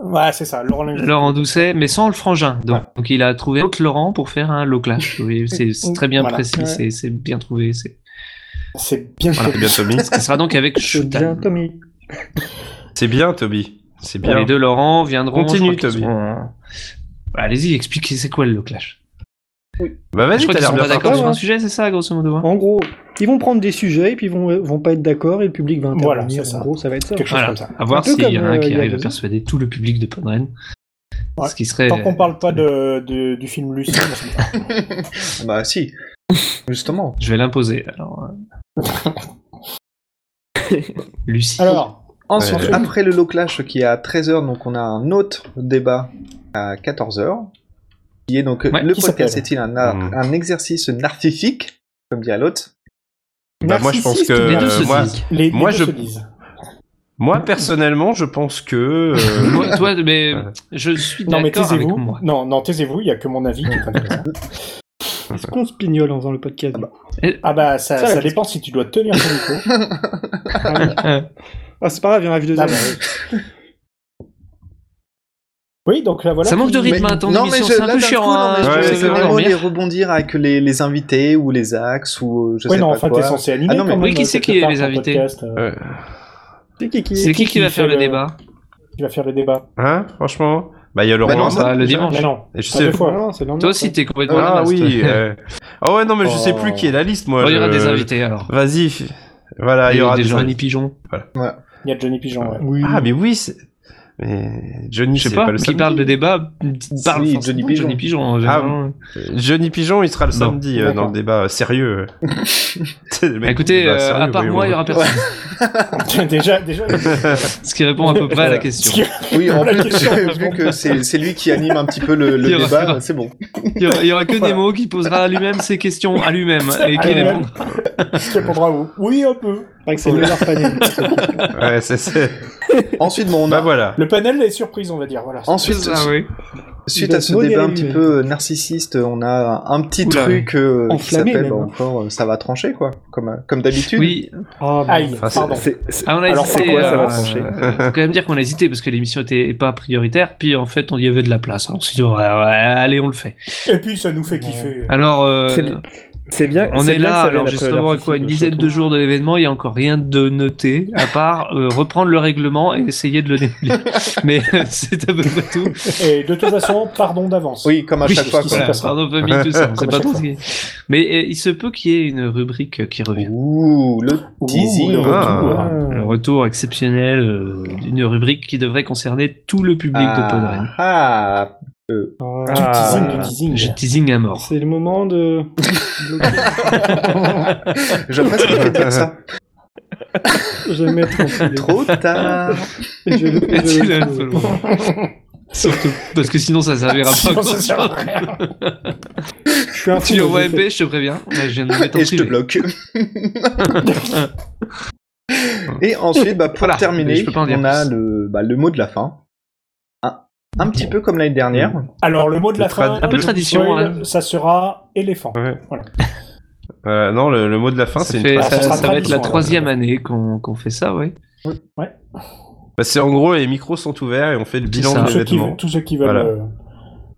[SPEAKER 2] Ouais, c'est ça, Laurent Lamy.
[SPEAKER 7] Laurent Doucet, mais sans le frangin. Donc, donc il a trouvé un autre Laurent pour faire un low clash. Oui, c'est c'est très bien
[SPEAKER 2] Voilà.
[SPEAKER 7] précis,
[SPEAKER 5] Ouais.
[SPEAKER 7] c'est- c'est bien trouvé. c'est-
[SPEAKER 2] C'est bien
[SPEAKER 9] Voilà,
[SPEAKER 2] fait.
[SPEAKER 9] c'est bien Toby.
[SPEAKER 7] Ce sera donc avec
[SPEAKER 5] C'est bien,
[SPEAKER 7] Shutan.
[SPEAKER 5] Tommy.
[SPEAKER 9] C'est bien Toby. C'est bien.
[SPEAKER 7] Les deux Laurent viendront.
[SPEAKER 9] Continue,
[SPEAKER 7] je crois qu'ils
[SPEAKER 9] Toby.
[SPEAKER 7] seront- Bah, Allez-y, expliquez c'est quoi le low clash.
[SPEAKER 9] Bah
[SPEAKER 7] je crois
[SPEAKER 9] vas-y, t'as
[SPEAKER 7] qu'ils
[SPEAKER 9] l'air
[SPEAKER 7] sont
[SPEAKER 9] bien
[SPEAKER 7] pas d'accord
[SPEAKER 9] parti.
[SPEAKER 7] sur un
[SPEAKER 5] ouais.
[SPEAKER 7] sujet, c'est ça, grosso modo. hein
[SPEAKER 5] En gros, ils vont prendre des sujets et puis ils vont, vont pas être d'accord et le public va
[SPEAKER 2] Voilà,
[SPEAKER 5] intervenir.
[SPEAKER 2] c'est ça.
[SPEAKER 5] en gros, ça va être ça.
[SPEAKER 2] Quelque chose
[SPEAKER 7] Voilà,
[SPEAKER 2] comme ça.
[SPEAKER 7] à voir
[SPEAKER 5] peu
[SPEAKER 7] s'il y en
[SPEAKER 5] comme,
[SPEAKER 7] a un
[SPEAKER 5] euh, il
[SPEAKER 7] qui
[SPEAKER 5] y a
[SPEAKER 7] arrive à
[SPEAKER 5] deux ans.
[SPEAKER 7] persuader tout le public de Podren.
[SPEAKER 2] Ouais.
[SPEAKER 7] Ce qui serait.
[SPEAKER 2] Tant qu'on parle pas de, de- du film Lucie, moi, ça me va.
[SPEAKER 6] Bah si. Justement.
[SPEAKER 7] Je vais l'imposer. Alors. euh. Lucie.
[SPEAKER 2] Alors,
[SPEAKER 6] Ensuite,
[SPEAKER 9] Ouais.
[SPEAKER 6] après le low clash qui est à 13h, donc on a un autre débat à 14h. Qui est donc
[SPEAKER 7] Ouais,
[SPEAKER 6] le
[SPEAKER 2] qui
[SPEAKER 6] podcast
[SPEAKER 2] s'appelle
[SPEAKER 6] est-il un, nar-
[SPEAKER 9] Hmm.
[SPEAKER 6] un exercice narcissique Comme dirait l'autre.
[SPEAKER 9] Bah, moi, je pense
[SPEAKER 2] narcissiste,
[SPEAKER 9] que,
[SPEAKER 7] les deux
[SPEAKER 9] euh,
[SPEAKER 7] se
[SPEAKER 9] moi-
[SPEAKER 7] disent.
[SPEAKER 2] les, les
[SPEAKER 9] moi,
[SPEAKER 2] deux
[SPEAKER 9] je-
[SPEAKER 2] se disent.
[SPEAKER 9] Moi, personnellement, je pense que. euh,
[SPEAKER 7] Moi, toi, mais
[SPEAKER 9] Ouais.
[SPEAKER 7] je suis
[SPEAKER 2] Non, mais
[SPEAKER 7] d'accord avec
[SPEAKER 2] taisez-vous.
[SPEAKER 7] moi.
[SPEAKER 2] Non, non, taisez-vous, il n'y a que mon avis qui est intéressant.
[SPEAKER 5] Est-ce qu'on se pignole en faisant le podcast
[SPEAKER 6] Ah bah.
[SPEAKER 2] Ah bah, ça,
[SPEAKER 5] Ça,
[SPEAKER 2] ça,
[SPEAKER 5] la
[SPEAKER 2] dépend si tu dois tenir ton micro.
[SPEAKER 5] Ah, c'est pas grave, il y en a vu deux
[SPEAKER 2] Ah
[SPEAKER 5] autres.
[SPEAKER 2] bah, oui. oui, donc là, voilà.
[SPEAKER 7] Ça manque de
[SPEAKER 2] qui-
[SPEAKER 7] rythme, hein, ton émission,
[SPEAKER 6] je-
[SPEAKER 7] c'est un
[SPEAKER 6] là,
[SPEAKER 7] peu
[SPEAKER 6] d'un
[SPEAKER 7] chiant.
[SPEAKER 6] coup, non,
[SPEAKER 7] hein,
[SPEAKER 6] mais je
[SPEAKER 9] Ouais,
[SPEAKER 7] je
[SPEAKER 6] pensais
[SPEAKER 7] sais
[SPEAKER 9] c'est
[SPEAKER 7] pas
[SPEAKER 9] vrai.
[SPEAKER 6] vraiment
[SPEAKER 7] dormir.
[SPEAKER 6] les rebondir avec les, les invités ou les axes ou euh, je
[SPEAKER 2] Oui,
[SPEAKER 6] sais
[SPEAKER 2] non,
[SPEAKER 6] pas
[SPEAKER 2] enfin,
[SPEAKER 6] quoi.
[SPEAKER 2] t'es censé animer.
[SPEAKER 6] Ah non, mais-
[SPEAKER 2] quand
[SPEAKER 7] Oui,
[SPEAKER 2] même, euh,
[SPEAKER 7] qui c'est
[SPEAKER 2] quelque
[SPEAKER 7] qui est
[SPEAKER 2] part,
[SPEAKER 7] les
[SPEAKER 2] ton
[SPEAKER 7] invités
[SPEAKER 2] podcast, euh,
[SPEAKER 9] euh,
[SPEAKER 5] C'est qui qui euh,
[SPEAKER 7] C'est qui qui va faire le
[SPEAKER 2] fait le-
[SPEAKER 7] débat
[SPEAKER 2] Qui va faire le débat
[SPEAKER 9] hein, franchement. Bah, il y a Laurent.
[SPEAKER 6] Bah non,
[SPEAKER 9] hein.
[SPEAKER 6] ça-
[SPEAKER 7] Bah, Le dimanche.
[SPEAKER 2] Mais non,
[SPEAKER 9] Et je
[SPEAKER 2] pas
[SPEAKER 9] sais.
[SPEAKER 2] deux fois.
[SPEAKER 5] Non, c'est le lendemain,
[SPEAKER 7] Toi aussi,
[SPEAKER 5] ça.
[SPEAKER 7] t'es complètement
[SPEAKER 9] Ah
[SPEAKER 7] naze, toi.
[SPEAKER 9] oui. euh. Ah ouais, non, mais je sais
[SPEAKER 6] Oh.
[SPEAKER 9] plus qui est la liste, moi.
[SPEAKER 7] Bon, Il y aura
[SPEAKER 9] je-
[SPEAKER 7] des invités alors.
[SPEAKER 9] Vas-y. f- Voilà, bah, il y aura
[SPEAKER 7] des
[SPEAKER 9] des
[SPEAKER 7] Johnny
[SPEAKER 9] invités.
[SPEAKER 7] Pigeon.
[SPEAKER 2] Il y a Johnny Pigeon, ouais.
[SPEAKER 5] Oui.
[SPEAKER 9] Ah, mais oui. c'est- Mais Johnny,
[SPEAKER 7] Je sais
[SPEAKER 9] c'est
[SPEAKER 7] pas,
[SPEAKER 9] le
[SPEAKER 7] qui
[SPEAKER 9] samedi.
[SPEAKER 7] parle de débat, parle
[SPEAKER 6] Johnny
[SPEAKER 7] forcément de
[SPEAKER 6] Pigeon.
[SPEAKER 7] Johnny Pigeon. hein, en général.
[SPEAKER 9] Euh, Johnny Pigeon, il sera le
[SPEAKER 7] Bon.
[SPEAKER 9] samedi euh,
[SPEAKER 2] D'accord.
[SPEAKER 9] dans le débat euh, sérieux. C'est le mec
[SPEAKER 7] Écoutez,
[SPEAKER 9] qui dit, bah,
[SPEAKER 7] euh,
[SPEAKER 9] sérieux,
[SPEAKER 7] à part
[SPEAKER 9] voyons.
[SPEAKER 7] moi, il y aura personne.
[SPEAKER 2] déjà, déjà.
[SPEAKER 7] Ce qui répond à peu près à la question.
[SPEAKER 2] Parce que-
[SPEAKER 6] Oui, en
[SPEAKER 2] La
[SPEAKER 6] plus,
[SPEAKER 2] question,
[SPEAKER 6] vu que c'est c'est lui qui anime un petit peu le, le
[SPEAKER 7] Il y aura-
[SPEAKER 6] débat, c'est bon.
[SPEAKER 7] Il y aura, il y aura que Nemo qui posera à lui-même ses questions à lui-même et qui
[SPEAKER 2] lui-même.
[SPEAKER 7] répondra.
[SPEAKER 2] Qui répondra où Oui, un peu.
[SPEAKER 5] Je crois que c'est le meilleur panel.
[SPEAKER 9] Ouais, c'est- c'est.
[SPEAKER 6] Ensuite, bon, on a-
[SPEAKER 9] Bah voilà.
[SPEAKER 2] Le panel des surprises, on va dire. Voilà.
[SPEAKER 6] Ensuite,
[SPEAKER 7] Ah oui.
[SPEAKER 6] suite
[SPEAKER 5] Il
[SPEAKER 6] à
[SPEAKER 5] va
[SPEAKER 6] ce
[SPEAKER 5] se
[SPEAKER 6] débat un
[SPEAKER 5] modeler,
[SPEAKER 6] petit
[SPEAKER 5] lui.
[SPEAKER 6] peu euh, narcissiste, on a un petit
[SPEAKER 7] Oula,
[SPEAKER 6] truc euh, qui
[SPEAKER 5] Enflammé,
[SPEAKER 6] s'appelle
[SPEAKER 5] même.
[SPEAKER 6] bah, encore euh, ça va trancher quoi, comme euh, comme d'habitude.
[SPEAKER 7] Oui.
[SPEAKER 5] Ah, bah.
[SPEAKER 2] Aïe,
[SPEAKER 9] Enfin, c'est-
[SPEAKER 2] pardon.
[SPEAKER 8] C'est- c'est-
[SPEAKER 7] Ah, on a
[SPEAKER 5] Alors,
[SPEAKER 7] hésité.
[SPEAKER 5] c'est quoi, ça va
[SPEAKER 7] euh,
[SPEAKER 5] trancher
[SPEAKER 7] faut quand même dire qu'on a hésité parce que l'émission était pas prioritaire. Puis en fait, on y avait de la place. Alors, on s'est dit, ouais, ouais, allez, on le fait.
[SPEAKER 2] Et puis, ça nous fait kiffer.
[SPEAKER 7] Alors, euh,
[SPEAKER 8] C'est bien. C'est bien.
[SPEAKER 7] on
[SPEAKER 8] c'est
[SPEAKER 7] est
[SPEAKER 8] bien
[SPEAKER 7] là.
[SPEAKER 8] que ça vienne
[SPEAKER 7] Alors,
[SPEAKER 8] après
[SPEAKER 7] justement, à quoi, une
[SPEAKER 8] l'article,
[SPEAKER 7] dizaine de
[SPEAKER 8] surtout.
[SPEAKER 7] jours de l'événement, il y a encore rien de noté à part euh, reprendre le règlement et essayer de le dérouler. Mais euh, c'est à peu près tout.
[SPEAKER 2] Et de toute façon, pardon d'avance.
[SPEAKER 6] Oui, comme à
[SPEAKER 7] Oui,
[SPEAKER 6] chaque fois.
[SPEAKER 2] c'est ça.
[SPEAKER 6] quoi.
[SPEAKER 7] Voilà,
[SPEAKER 2] passe.
[SPEAKER 7] pardon, famille, tout ça. On sait
[SPEAKER 2] Comme à
[SPEAKER 7] pas
[SPEAKER 2] chaque
[SPEAKER 7] trop
[SPEAKER 2] fois.
[SPEAKER 7] ce qui est. Mais euh, il se peut qu'il y ait une rubrique euh, qui revient.
[SPEAKER 6] Ouh, le
[SPEAKER 2] Ouh,
[SPEAKER 6] teasing.
[SPEAKER 2] le
[SPEAKER 9] Ah.
[SPEAKER 2] retour.
[SPEAKER 7] Un retour exceptionnel euh, d'une rubrique qui devrait concerner tout le public de Podren.
[SPEAKER 6] ah, ah,
[SPEAKER 2] Du teasing,
[SPEAKER 7] voilà.
[SPEAKER 2] du teasing.
[SPEAKER 7] Je teasing à mort.
[SPEAKER 5] Euh, C'est le moment de.
[SPEAKER 6] j'aime pas ce qu'il fait dire ça.
[SPEAKER 5] Je vais mettre en
[SPEAKER 6] Trop tard.
[SPEAKER 5] Et je vais- je
[SPEAKER 7] C'est
[SPEAKER 5] vais-
[SPEAKER 7] le seul moment. Surtout parce que sinon ça servira pas.
[SPEAKER 2] Sinon,
[SPEAKER 7] à
[SPEAKER 2] ça
[SPEAKER 7] grand-chose.
[SPEAKER 2] sert à rien.
[SPEAKER 5] Je suis un
[SPEAKER 7] Tu
[SPEAKER 5] fou,
[SPEAKER 7] envoies
[SPEAKER 5] je vais-
[SPEAKER 7] MP, je te préviens. Là, je viens de me mettre en
[SPEAKER 6] Et je te
[SPEAKER 7] privé.
[SPEAKER 6] bloque. Et ensuite, bah, pour
[SPEAKER 7] Voilà.
[SPEAKER 6] terminer,
[SPEAKER 7] Je peux pas en dire
[SPEAKER 6] on a
[SPEAKER 7] plus.
[SPEAKER 6] le, bah, le mot de la fin. Un, un petit peu comme l'année dernière.
[SPEAKER 2] Alors, le mot de la
[SPEAKER 9] Le trad-
[SPEAKER 2] fin.
[SPEAKER 7] Un peu
[SPEAKER 2] le
[SPEAKER 7] tradition,
[SPEAKER 2] spoil,
[SPEAKER 7] hein.
[SPEAKER 2] Ça sera éléphant.
[SPEAKER 9] Ouais.
[SPEAKER 2] Voilà.
[SPEAKER 9] Voilà, non, le, le mot de la fin,
[SPEAKER 7] Ça,
[SPEAKER 9] c'est une
[SPEAKER 7] fait-
[SPEAKER 9] phrase.
[SPEAKER 7] ça-
[SPEAKER 2] tradition.
[SPEAKER 7] ça va être la
[SPEAKER 2] Tradition,
[SPEAKER 7] troisième année qu'on qu'on fait ça, ouais.
[SPEAKER 9] Bah, c'est en gros, les micros sont ouverts et on fait le bilan
[SPEAKER 7] ça.
[SPEAKER 9] de
[SPEAKER 2] Tous ceux qui,
[SPEAKER 9] l'événement.
[SPEAKER 2] tous ceux qui veulent.
[SPEAKER 9] Voilà.
[SPEAKER 2] euh,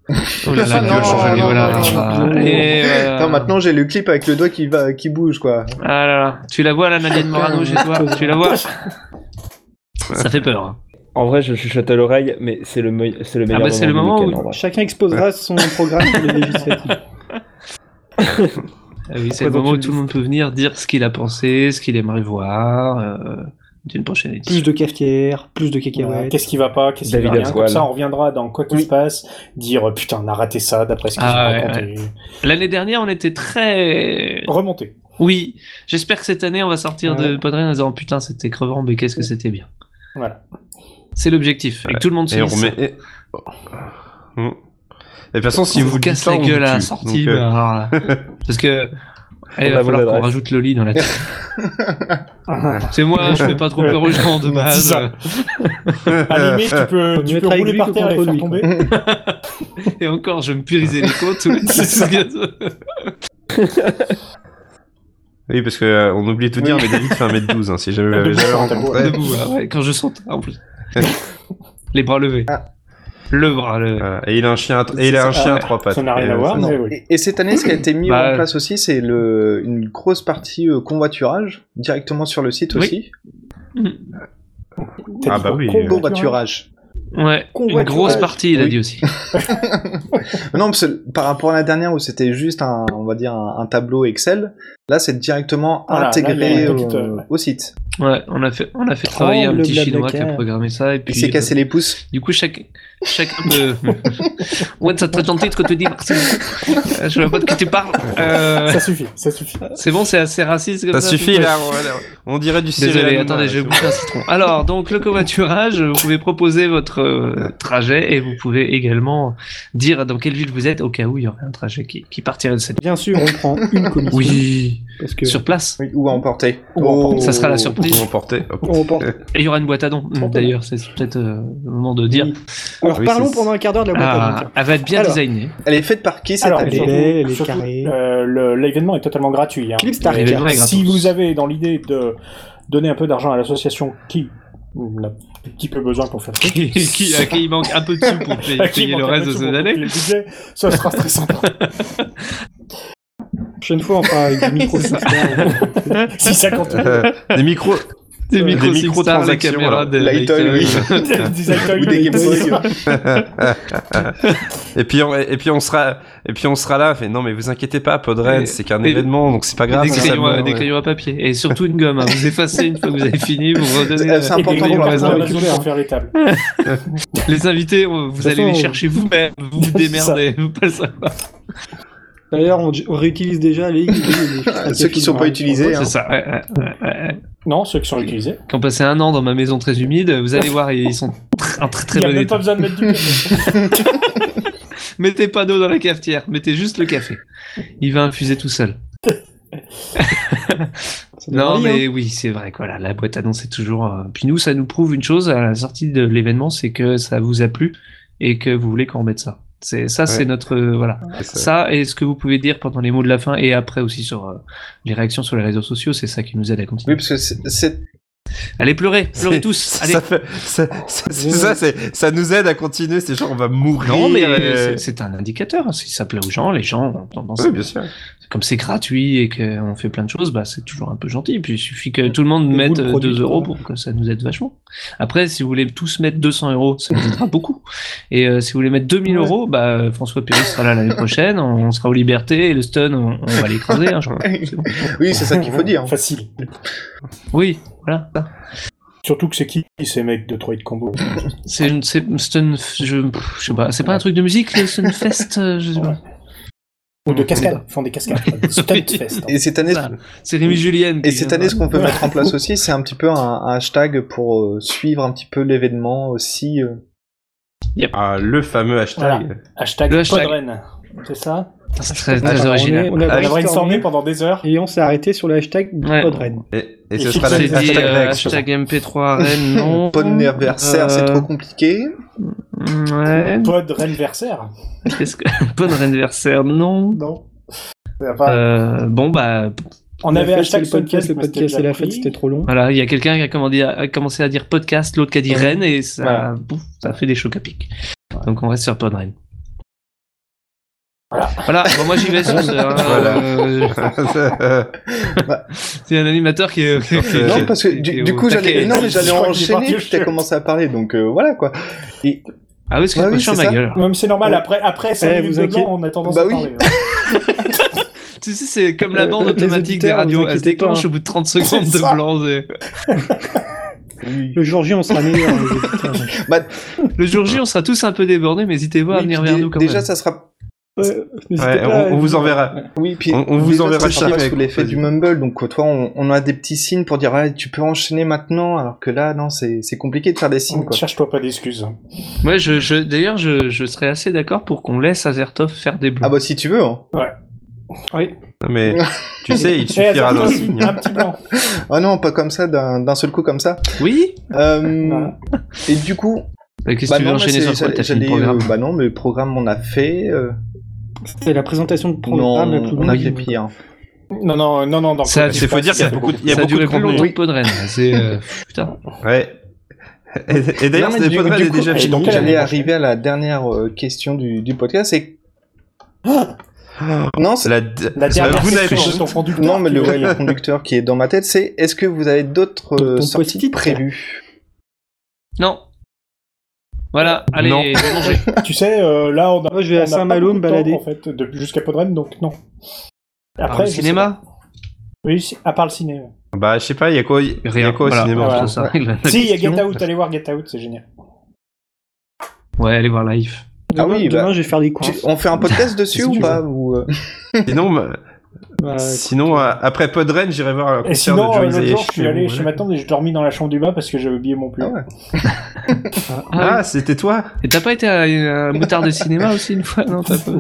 [SPEAKER 7] Oh là là,
[SPEAKER 6] Non,
[SPEAKER 7] gueule,
[SPEAKER 6] non,
[SPEAKER 7] Jean-Jacques,
[SPEAKER 6] non,
[SPEAKER 7] voilà,
[SPEAKER 6] non,
[SPEAKER 7] voilà.
[SPEAKER 5] non.
[SPEAKER 7] Et, euh,
[SPEAKER 6] Attends, maintenant, j'ai le clip avec le doigt qui, va, qui bouge, quoi.
[SPEAKER 7] Ah là là. Tu la vois, la Nadine Morano chez toi Tu la vois Ça fait peur. hein.
[SPEAKER 8] En vrai, je chuchote à l'oreille, mais c'est le, me- c'est le
[SPEAKER 7] Ah
[SPEAKER 8] meilleur.
[SPEAKER 7] bah, c'est le moment
[SPEAKER 8] du
[SPEAKER 7] où-
[SPEAKER 8] week-end, en vrai.
[SPEAKER 5] Chacun exposera son programme pour les législatives.
[SPEAKER 7] Ah oui, c'est
[SPEAKER 5] Pourquoi
[SPEAKER 7] le
[SPEAKER 5] donc
[SPEAKER 7] moment où
[SPEAKER 5] tu
[SPEAKER 7] tout le monde peut venir dire ce qu'il a pensé, ce qu'il aimerait voir euh, d'une prochaine
[SPEAKER 5] Plus
[SPEAKER 7] édition.
[SPEAKER 5] de cafetière, plus de
[SPEAKER 2] euh,
[SPEAKER 5] cacahuètes.
[SPEAKER 2] Qu'est-ce qui va pas, qu'est-ce qui va
[SPEAKER 8] David
[SPEAKER 2] bien. Comme
[SPEAKER 8] Aswan.
[SPEAKER 2] ça, on reviendra dans quoi qu'il se passe, dire euh, putain, on a raté ça d'après ce que
[SPEAKER 7] Ah,
[SPEAKER 2] j'ai
[SPEAKER 7] ouais,
[SPEAKER 2] raconté.
[SPEAKER 7] L'année dernière, on était très.
[SPEAKER 2] Remonter.
[SPEAKER 7] Oui, j'espère que cette année, on va sortir
[SPEAKER 2] Ouais.
[SPEAKER 7] de Podren en disant putain, c'était crevant, mais qu'est-ce que c'était bien.
[SPEAKER 2] Voilà.
[SPEAKER 7] C'est l'objectif. Et que tout le monde se
[SPEAKER 9] Et on
[SPEAKER 7] dise ça.
[SPEAKER 9] remet. Et... Hmm. Et de toute façon, si
[SPEAKER 7] On
[SPEAKER 9] vous
[SPEAKER 7] casse
[SPEAKER 9] dites ça,
[SPEAKER 7] la
[SPEAKER 9] on vous
[SPEAKER 7] gueule à la
[SPEAKER 9] tue.
[SPEAKER 7] sortie,
[SPEAKER 9] Donc, euh,
[SPEAKER 7] bah, alors là. parce que. eh, il
[SPEAKER 8] On a
[SPEAKER 7] va
[SPEAKER 8] vos
[SPEAKER 7] falloir qu'on
[SPEAKER 8] adresses.
[SPEAKER 7] rajoute le lit dans la tête. C'est moi, je fais pas trop peur aux gens de
[SPEAKER 2] C'est
[SPEAKER 7] base.
[SPEAKER 2] ça.
[SPEAKER 9] Euh,
[SPEAKER 2] À la limite, tu peux, tu
[SPEAKER 5] mettre
[SPEAKER 2] peux
[SPEAKER 5] avec
[SPEAKER 2] rouler
[SPEAKER 5] lui
[SPEAKER 2] par
[SPEAKER 5] que
[SPEAKER 2] terre et
[SPEAKER 5] contre
[SPEAKER 2] faire
[SPEAKER 5] lui, quoi.
[SPEAKER 2] tomber.
[SPEAKER 7] Et encore, je vais me purisais les côtes. tous les-
[SPEAKER 2] C'est ça.
[SPEAKER 9] Oui, parce qu'on oublie de tout dire, mais David fait 1m12, hein, si jamais vous
[SPEAKER 2] Debout
[SPEAKER 9] l'avez jamais
[SPEAKER 2] sur un tabouret.
[SPEAKER 9] rencontré.
[SPEAKER 7] Debout, ouais, ouais, quand je saute, en plus. les bras levés. Le bras levé.
[SPEAKER 9] Voilà. Euh, Et il a un chien, à tr- et il a un
[SPEAKER 2] Ça- Ah
[SPEAKER 9] chien à trois pattes.
[SPEAKER 2] Ça n'a rien
[SPEAKER 9] Et,
[SPEAKER 2] à
[SPEAKER 9] euh,
[SPEAKER 2] voir,
[SPEAKER 9] ça-
[SPEAKER 2] mais oui.
[SPEAKER 6] Et, et cette année, ce qui a été mis
[SPEAKER 7] Ah, Bah,
[SPEAKER 6] en place aussi, c'est le, une grosse partie euh, convoiturage, directement sur le site
[SPEAKER 7] Oui.
[SPEAKER 6] aussi.
[SPEAKER 2] T'as
[SPEAKER 9] Ah
[SPEAKER 2] dit
[SPEAKER 9] bah
[SPEAKER 2] quoi
[SPEAKER 9] oui.
[SPEAKER 6] Convoiturage.
[SPEAKER 7] Ouais, une
[SPEAKER 2] Convoiturage.
[SPEAKER 7] grosse partie, il a
[SPEAKER 6] Oui.
[SPEAKER 7] dit aussi.
[SPEAKER 6] Non, parce que par rapport à la dernière où c'était juste un, on va dire un, un tableau Excel, là c'est directement
[SPEAKER 2] Voilà, Ah, là, il y a
[SPEAKER 6] intégré
[SPEAKER 2] une
[SPEAKER 6] au,
[SPEAKER 2] petite, euh,
[SPEAKER 6] au site.
[SPEAKER 7] Ouais, on a fait, on a fait travailler un
[SPEAKER 5] Tremble,
[SPEAKER 7] petit chinois qui a
[SPEAKER 5] Blablacar.
[SPEAKER 7] programmé ça et puis. euh,
[SPEAKER 6] Il s'est cassé les pouces.
[SPEAKER 7] Du coup, chaque, chacun peut. ouais, ça te tenté de ce que te dit Marcel. Euh, Je vois pas de qui tu parles. Euh,
[SPEAKER 2] Ça suffit, ça suffit.
[SPEAKER 7] C'est bon, c'est assez raciste. Comme ça,
[SPEAKER 9] Ça suffit
[SPEAKER 7] tout.
[SPEAKER 9] là, on, voilà, on dirait du Cyril
[SPEAKER 7] Désolé,
[SPEAKER 9] Hanouna,
[SPEAKER 7] attendez,
[SPEAKER 9] là,
[SPEAKER 7] je
[SPEAKER 9] c'est bon.
[SPEAKER 7] bouge un citron. Alors, donc le covoiturage, vous pouvez proposer votre euh, trajet et vous pouvez également dire dans quelle ville vous êtes au cas où il y aurait un trajet qui, qui partirait de cette
[SPEAKER 5] Bien sûr, on prend une commission.
[SPEAKER 7] Oui,
[SPEAKER 5] Parce que
[SPEAKER 7] sur place.
[SPEAKER 6] Oui, Ou à emporter.
[SPEAKER 5] Ou à emporter.
[SPEAKER 7] Ça sera la
[SPEAKER 9] Pour
[SPEAKER 7] surprise.
[SPEAKER 9] emporter. hop.
[SPEAKER 5] on remporte.
[SPEAKER 7] Et il y aura une boîte à dons. D'ailleurs, c'est peut-être euh, le moment de dire.
[SPEAKER 5] Oui. Alors
[SPEAKER 9] Oui,
[SPEAKER 5] parlons
[SPEAKER 9] c'est-
[SPEAKER 5] pendant un quart d'heure de la boîte à
[SPEAKER 7] Ah,
[SPEAKER 5] dents, tiens.
[SPEAKER 7] elle va être bien
[SPEAKER 5] Alors.
[SPEAKER 7] designée.
[SPEAKER 6] Elle est faite par qui cette
[SPEAKER 2] Alors,
[SPEAKER 5] Elle
[SPEAKER 6] année
[SPEAKER 5] est
[SPEAKER 2] surtout-
[SPEAKER 5] belle, elle est
[SPEAKER 2] surtout,
[SPEAKER 5] carrée.
[SPEAKER 2] euh, le- L'événement est totalement gratuit. hein.
[SPEAKER 5] Clipstar.
[SPEAKER 2] Mais
[SPEAKER 7] L'événement est
[SPEAKER 2] Si
[SPEAKER 7] gratos.
[SPEAKER 2] vous avez dans l'idée de donner un peu d'argent à l'association qui on a un petit peu besoin pour faire ça,
[SPEAKER 7] qui, qui- à qui il manque un peu de sous pour payer,
[SPEAKER 2] à qui
[SPEAKER 7] payer le
[SPEAKER 2] manque un
[SPEAKER 7] reste
[SPEAKER 2] peu
[SPEAKER 7] de
[SPEAKER 2] sous
[SPEAKER 7] ses
[SPEAKER 2] pour
[SPEAKER 7] années.
[SPEAKER 2] boucler le budget, ça sera très sympa.
[SPEAKER 5] La prochaine fois, on fera avec du micro.
[SPEAKER 2] si ça continue.
[SPEAKER 9] Euh, des micros.
[SPEAKER 7] Des
[SPEAKER 9] Des
[SPEAKER 7] micro
[SPEAKER 9] micros
[SPEAKER 7] Singstar, des
[SPEAKER 9] transactions,
[SPEAKER 7] caméras,
[SPEAKER 9] alors.
[SPEAKER 7] des
[SPEAKER 6] Lighton,
[SPEAKER 7] Lighton,
[SPEAKER 6] oui.
[SPEAKER 7] euh,
[SPEAKER 5] Ah.
[SPEAKER 2] Des accueils,
[SPEAKER 6] Ou des Game Boy.
[SPEAKER 9] et puis on, et puis on sera et puis on sera là. Fait, non mais vous inquiétez pas, Podren,
[SPEAKER 7] Et-
[SPEAKER 9] c'est qu'un
[SPEAKER 7] et-
[SPEAKER 9] événement, donc c'est pas grave.
[SPEAKER 7] des,
[SPEAKER 9] ça,
[SPEAKER 7] crayons
[SPEAKER 9] ça,
[SPEAKER 7] à, des
[SPEAKER 9] ouais.
[SPEAKER 7] crayons à papier. Et surtout une gomme. hein. Vous effacez une fois que vous avez fini, vous redonnez.
[SPEAKER 6] C'est
[SPEAKER 7] euh,
[SPEAKER 2] Et des
[SPEAKER 6] important
[SPEAKER 2] Game
[SPEAKER 6] qu'on
[SPEAKER 2] Boy
[SPEAKER 6] parle.
[SPEAKER 2] dans la
[SPEAKER 5] récupère.
[SPEAKER 2] zone pour faire les tables.
[SPEAKER 7] Les invités, on- vous
[SPEAKER 5] De
[SPEAKER 7] allez les
[SPEAKER 5] façon,
[SPEAKER 7] chercher vous-même, vous vous
[SPEAKER 5] C'est
[SPEAKER 7] démerdez, vous pas le savoir.
[SPEAKER 5] D'ailleurs, on, on réutilise déjà les. les- les- les-
[SPEAKER 6] Ceux qui sont pas
[SPEAKER 5] les-
[SPEAKER 6] utilisés, hein.
[SPEAKER 7] C'est ça. ouais, ouais, ouais, ouais.
[SPEAKER 2] Non, ceux qui sont utilisés.
[SPEAKER 7] Qui ont passé un an dans ma maison très humide, vous allez voir, ils sont tr- un très
[SPEAKER 2] Il
[SPEAKER 7] très
[SPEAKER 2] n'y a
[SPEAKER 7] bon
[SPEAKER 2] même pas
[SPEAKER 7] état.
[SPEAKER 2] besoin de mettre du
[SPEAKER 7] Mettez pas d'eau dans la cafetière, mettez juste le café. Il va infuser tout seul.
[SPEAKER 5] Ça donne
[SPEAKER 7] Non,
[SPEAKER 5] envie, hein.
[SPEAKER 7] mais oui, c'est vrai que voilà, la boîte à dons, c'est toujours. euh, Puis nous, ça nous prouve une chose à la sortie de l'événement, c'est que ça vous a plu et que vous voulez qu'on remette ça. C'est ça, c'est notre euh, voilà.
[SPEAKER 9] Ouais, c'est ça.
[SPEAKER 7] Ça et ce que vous pouvez dire pendant les mots de la fin et après aussi sur euh, les réactions sur les réseaux sociaux, c'est ça qui nous aide à continuer.
[SPEAKER 6] Oui, parce que c'est- c'est.
[SPEAKER 7] Allez pleurer, pleurez
[SPEAKER 9] C'est-
[SPEAKER 7] tous. Allez.
[SPEAKER 9] Ça, fait- ça, ça- c'est ça, c'est- ça nous aide à continuer. C'est genre on va mourir.
[SPEAKER 7] Non, mais
[SPEAKER 9] euh,
[SPEAKER 7] c'est- c'est un indicateur. Si ça plaît aux gens, les gens ont tendance.
[SPEAKER 9] Oui, bien sûr.
[SPEAKER 7] Comme c'est gratuit et qu'on fait plein de choses, bah, c'est toujours un peu gentil. Puis il suffit que tout le monde
[SPEAKER 5] Et vous,
[SPEAKER 7] mette
[SPEAKER 5] le
[SPEAKER 7] euh,
[SPEAKER 5] produit,
[SPEAKER 7] 2 euros
[SPEAKER 5] quoi.
[SPEAKER 7] pour que ça nous aide vachement. Après, si vous voulez tous mettre 200 euros, ça nous aidera beaucoup. Et euh, si vous voulez mettre 2000
[SPEAKER 5] Ouais.
[SPEAKER 7] euros, bah, euh, François Perry sera là l'année prochaine. On, on sera aux libertés et le stun, on, on va l'écraser. hein, je crois. C'est bon.
[SPEAKER 6] Oui, c'est ça qu'il faut dire.
[SPEAKER 2] Facile.
[SPEAKER 7] Oui, voilà. ça.
[SPEAKER 2] Surtout que c'est qui ces mecs de Troy de Combo
[SPEAKER 7] C'est une- c'est Stun. Je, je sais pas. C'est pas un truc de musique, le Stunfest euh, je sais pas.
[SPEAKER 2] Ou
[SPEAKER 5] Mm.
[SPEAKER 2] de cascades, ils font des cascades. hein. Stuntfest.
[SPEAKER 6] Et cette année,
[SPEAKER 7] Ça, C'est Rémi Julien.
[SPEAKER 6] Et cette année, ce qu'on peut mettre en place aussi, c'est un petit peu un, un hashtag pour euh, suivre un petit peu l'événement aussi. euh.
[SPEAKER 9] Ah, le fameux hashtag.
[SPEAKER 2] Hashtag
[SPEAKER 7] Le hashtag.
[SPEAKER 2] Podren. C'est ça
[SPEAKER 7] C'est très,
[SPEAKER 6] Ah,
[SPEAKER 5] Alors,
[SPEAKER 7] très
[SPEAKER 5] on est-
[SPEAKER 7] original.
[SPEAKER 2] On
[SPEAKER 5] On a,
[SPEAKER 2] a brainstormé
[SPEAKER 5] brainstormé
[SPEAKER 2] pendant des heures.
[SPEAKER 5] et on s'est arrêté sur le hashtag
[SPEAKER 7] Ouais.
[SPEAKER 5] Podren.
[SPEAKER 9] Et, et
[SPEAKER 2] Et
[SPEAKER 9] ce
[SPEAKER 2] si
[SPEAKER 9] sera
[SPEAKER 2] tu
[SPEAKER 9] le
[SPEAKER 2] sais
[SPEAKER 7] C'était,
[SPEAKER 9] hashtag
[SPEAKER 7] euh,
[SPEAKER 9] réaction.
[SPEAKER 7] hashtag MP3 Rennes, non.
[SPEAKER 6] Pas de anniversaire, c'est
[SPEAKER 7] Euh,
[SPEAKER 6] trop compliqué.
[SPEAKER 7] Mm, Ouais.
[SPEAKER 2] Podrenversaire
[SPEAKER 7] Qu'est-ce que... Bon anniversaire, non.
[SPEAKER 2] Non. Enfin,
[SPEAKER 7] Euh, bon, bah,
[SPEAKER 2] on avait
[SPEAKER 5] La fête, c'est
[SPEAKER 2] hashtag
[SPEAKER 5] le podcast,
[SPEAKER 2] Suncast,
[SPEAKER 5] le
[SPEAKER 2] mais c'était
[SPEAKER 5] podcast et
[SPEAKER 2] déjà
[SPEAKER 5] la fête,
[SPEAKER 2] pris.
[SPEAKER 5] c'était trop long.
[SPEAKER 7] voilà, il y a quelqu'un qui a commandé- a commencé à dire podcast, l'autre qui a dit Rennes, et ça,
[SPEAKER 2] Voilà.
[SPEAKER 7] bouf, ça fait des chocs à pic. Donc on reste sur Pod Rennes.
[SPEAKER 2] Voilà.
[SPEAKER 7] bon, moi j'y vais sur ce. hein,
[SPEAKER 9] Voilà.
[SPEAKER 7] euh, c'est un animateur qui est. qui- qui-
[SPEAKER 6] Non, parce que
[SPEAKER 7] qui- qui
[SPEAKER 6] du,
[SPEAKER 7] est
[SPEAKER 6] du
[SPEAKER 7] au
[SPEAKER 6] coup, j'allais,
[SPEAKER 7] taquet.
[SPEAKER 6] non, mais j'allais
[SPEAKER 2] Je crois que j'ai parti
[SPEAKER 6] enchaîner,
[SPEAKER 2] au
[SPEAKER 6] puis t'as
[SPEAKER 2] chien.
[SPEAKER 6] commencé à parler, donc euh, voilà quoi.
[SPEAKER 7] Ah oui, excuse-moi,
[SPEAKER 6] Ouais, oui,
[SPEAKER 7] je suis en
[SPEAKER 6] c'est
[SPEAKER 7] ma
[SPEAKER 6] ça.
[SPEAKER 7] gueule.
[SPEAKER 2] Ouais, mais c'est normal,
[SPEAKER 5] Ouais.
[SPEAKER 2] après, après ça,
[SPEAKER 5] Eh, vous inquiétez-
[SPEAKER 2] on a tendance
[SPEAKER 6] Bah
[SPEAKER 2] à
[SPEAKER 6] oui.
[SPEAKER 2] parler. hein.
[SPEAKER 7] Tu sais, c'est comme la
[SPEAKER 5] Euh,
[SPEAKER 7] bande
[SPEAKER 5] les
[SPEAKER 7] automatique des
[SPEAKER 5] auditeurs, vous
[SPEAKER 7] radios, elle se
[SPEAKER 5] inquiétez pas,
[SPEAKER 7] déclenche
[SPEAKER 5] hein.
[SPEAKER 7] au bout de 30 secondes
[SPEAKER 2] C'est
[SPEAKER 7] de
[SPEAKER 2] ça.
[SPEAKER 7] blanc. c'est-
[SPEAKER 5] Le jour J, on sera meilleur. les auditeurs.
[SPEAKER 7] Le jour J, on sera tous un peu débordés, mais n'hésitez pas à
[SPEAKER 6] Oui,
[SPEAKER 7] venir
[SPEAKER 6] puis
[SPEAKER 7] vers
[SPEAKER 6] dé-
[SPEAKER 7] nous quand
[SPEAKER 6] déjà,
[SPEAKER 7] même.
[SPEAKER 6] ça sera.
[SPEAKER 5] Ouais, n'hésitez
[SPEAKER 9] Ouais,
[SPEAKER 5] pas à-
[SPEAKER 9] on, on vous enverra.
[SPEAKER 6] Oui, puis
[SPEAKER 9] On- on vous
[SPEAKER 6] déjà,
[SPEAKER 9] enverra
[SPEAKER 6] ça
[SPEAKER 9] le
[SPEAKER 6] sera
[SPEAKER 9] chiffre
[SPEAKER 6] pas
[SPEAKER 9] avec-
[SPEAKER 6] sous l'effet
[SPEAKER 9] vas-y.
[SPEAKER 6] du mumble, donc euh, toi, on, on a des petits signes pour dire, ah, tu peux enchaîner maintenant, alors que là, non, c'est, c'est compliqué de faire des signes quoi.
[SPEAKER 2] hein. Cherche-toi pas d'excuses.
[SPEAKER 7] Moi, je, je, d'ailleurs, je, je serais assez d'accord pour qu'on laisse Azertov faire des
[SPEAKER 6] Ah
[SPEAKER 7] blancs.
[SPEAKER 6] bah si tu veux. hein.
[SPEAKER 9] Non, mais tu sais, il
[SPEAKER 2] Eh,
[SPEAKER 9] suffira
[SPEAKER 2] attends,
[SPEAKER 9] d'un signe.
[SPEAKER 2] un petit blanc.
[SPEAKER 6] Ah non, pas comme ça, d'un, d'un seul coup comme ça.
[SPEAKER 7] Oui
[SPEAKER 6] Euh,
[SPEAKER 2] Voilà.
[SPEAKER 6] Et du coup,
[SPEAKER 7] Bah, Qu'est-ce que
[SPEAKER 6] bah
[SPEAKER 7] tu veux
[SPEAKER 6] non, mais
[SPEAKER 7] enchaîner
[SPEAKER 6] c'est-
[SPEAKER 7] sur quoi T'as fini
[SPEAKER 6] j'allais,
[SPEAKER 7] le
[SPEAKER 6] euh,
[SPEAKER 7] programme
[SPEAKER 6] bah non, mais le programme on a fait. euh,
[SPEAKER 5] C'est la présentation de programme la
[SPEAKER 6] non,
[SPEAKER 5] plus
[SPEAKER 6] on a
[SPEAKER 5] longue.
[SPEAKER 6] fait pire.
[SPEAKER 2] Non, non, non, non. dans
[SPEAKER 7] Ça,
[SPEAKER 2] le-
[SPEAKER 9] C'est faut dire qu'il y a beaucoup, il y a
[SPEAKER 7] Ça a
[SPEAKER 9] beaucoup
[SPEAKER 7] duré
[SPEAKER 9] de
[SPEAKER 7] plus longtemps
[SPEAKER 9] contenu.
[SPEAKER 7] que Podren. C'est. euh, Putain.
[SPEAKER 9] Ouais. Et, et d'ailleurs,
[SPEAKER 6] Non, mais
[SPEAKER 9] c'était
[SPEAKER 6] du-
[SPEAKER 9] pas mal,
[SPEAKER 6] du
[SPEAKER 9] elle est
[SPEAKER 6] coup,
[SPEAKER 9] déjà
[SPEAKER 2] et
[SPEAKER 9] fini.
[SPEAKER 2] donc, elle
[SPEAKER 6] J'allais
[SPEAKER 2] année
[SPEAKER 5] euh,
[SPEAKER 6] arriver à la dernière euh, question du, du podcast. C'est non, c'est-
[SPEAKER 9] La d-
[SPEAKER 2] La dernière
[SPEAKER 9] vous n'avez
[SPEAKER 2] section de ton conducteur. euh,
[SPEAKER 6] non, mais le,
[SPEAKER 2] qui-
[SPEAKER 6] ouais, le conducteur qui est dans ma tête, c'est est-ce que vous avez d'autres euh,
[SPEAKER 5] Ton
[SPEAKER 6] sorties
[SPEAKER 5] post-it,
[SPEAKER 6] prévues
[SPEAKER 7] Non. Voilà, allez,
[SPEAKER 9] Non.
[SPEAKER 7] je vais manger.
[SPEAKER 2] Tu sais, euh, là, on a.
[SPEAKER 5] Moi, je vais à
[SPEAKER 2] on a pas
[SPEAKER 5] Saint-Malo
[SPEAKER 2] beaucoup
[SPEAKER 5] me
[SPEAKER 2] de temps,
[SPEAKER 5] balader.
[SPEAKER 2] En fait, depuis jusqu'à Podren, donc non.
[SPEAKER 7] Par le
[SPEAKER 2] je sais
[SPEAKER 7] Ah, cinéma
[SPEAKER 2] pas. Oui, si- à part le cinéma.
[SPEAKER 9] Bah, je sais pas, il y a quoi, il y
[SPEAKER 7] Rien.
[SPEAKER 9] a quoi au
[SPEAKER 7] Voilà.
[SPEAKER 9] cinéma en
[SPEAKER 2] Voilà.
[SPEAKER 9] ce
[SPEAKER 7] C'est ça, la- la
[SPEAKER 2] Si, il y a
[SPEAKER 7] question.
[SPEAKER 2] Get Out, allez voir Get Out, c'est génial.
[SPEAKER 7] Ouais, allez voir live.
[SPEAKER 6] Ah
[SPEAKER 5] Demain,
[SPEAKER 6] oui, bah.
[SPEAKER 5] demain, je vais faire des courses.
[SPEAKER 6] Tu- On fait un podcast dessus
[SPEAKER 5] Si
[SPEAKER 6] ou
[SPEAKER 5] tu
[SPEAKER 6] pas ou, euh,
[SPEAKER 9] moment Sinon, bah,
[SPEAKER 5] Bah,
[SPEAKER 9] sinon euh, après Podren, j'irai voir un
[SPEAKER 2] Et
[SPEAKER 9] concert
[SPEAKER 2] sinon, euh,
[SPEAKER 9] de
[SPEAKER 2] l'autre
[SPEAKER 9] Joey
[SPEAKER 2] jour,
[SPEAKER 9] Zaïch,
[SPEAKER 2] je suis
[SPEAKER 9] mais
[SPEAKER 2] allé
[SPEAKER 9] bon,
[SPEAKER 2] chez
[SPEAKER 9] voilà.
[SPEAKER 2] ma tante et je dormis dans la chambre du bas parce que j'avais oublié mon pull.
[SPEAKER 6] Ah ouais.
[SPEAKER 7] Ah,
[SPEAKER 9] Ah, c'était toi
[SPEAKER 7] Et t'as pas été à une- un moutard de cinéma aussi une fois Non, t'as pas.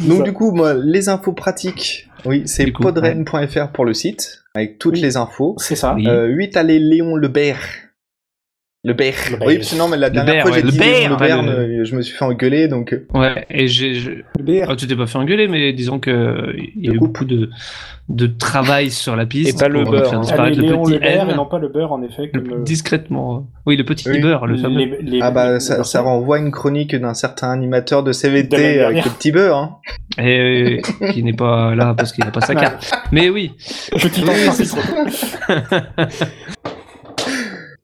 [SPEAKER 6] Donc du coup, moi, les infos pratiques, oui, c'est
[SPEAKER 7] Du coup,
[SPEAKER 6] podren.fr pour le site, avec toutes
[SPEAKER 2] Oui.
[SPEAKER 6] les infos.
[SPEAKER 2] C'est ça.
[SPEAKER 7] Oui.
[SPEAKER 6] Euh, 8 allée Léon Lebert. Lebert.
[SPEAKER 2] Lebert.
[SPEAKER 6] Oui, parce que non, mais la dernière
[SPEAKER 7] Lebert,
[SPEAKER 6] fois, j'ai
[SPEAKER 7] ouais,
[SPEAKER 6] dit
[SPEAKER 7] Lebert,
[SPEAKER 6] Léon
[SPEAKER 7] pas
[SPEAKER 6] Lebert,
[SPEAKER 7] le-
[SPEAKER 6] mais je me suis fait engueuler, donc... euh,
[SPEAKER 7] Ouais, et j'ai. je-
[SPEAKER 5] le BR.
[SPEAKER 7] Ah, tu t'es pas fait engueuler, mais disons que euh, il y a
[SPEAKER 6] De
[SPEAKER 7] eu
[SPEAKER 6] coupe.
[SPEAKER 7] beaucoup de, de travail sur la piste.
[SPEAKER 8] Et pas le
[SPEAKER 7] pour
[SPEAKER 8] beurre,
[SPEAKER 7] faire
[SPEAKER 8] hein.
[SPEAKER 7] disparaître
[SPEAKER 2] Allez,
[SPEAKER 7] le
[SPEAKER 2] Léon
[SPEAKER 7] petit
[SPEAKER 2] Lebert, et
[SPEAKER 7] N,
[SPEAKER 2] non pas le beurre, en effet.
[SPEAKER 7] le-
[SPEAKER 2] Comme, euh,
[SPEAKER 7] discrètement. hein. Oui, le petit
[SPEAKER 6] Oui.
[SPEAKER 7] beurre, le fameux.
[SPEAKER 2] les- les-
[SPEAKER 6] Ah bah,
[SPEAKER 2] les-
[SPEAKER 6] ça,
[SPEAKER 2] les-
[SPEAKER 6] ça renvoie une chronique d'un certain animateur de CVT
[SPEAKER 2] De l'année
[SPEAKER 6] avec
[SPEAKER 2] dernière.
[SPEAKER 6] le euh, petit beurre, hein.
[SPEAKER 7] Eh, Et qui n'est pas là parce qu'il n'a pas sa carte. Mais oui.
[SPEAKER 2] Petit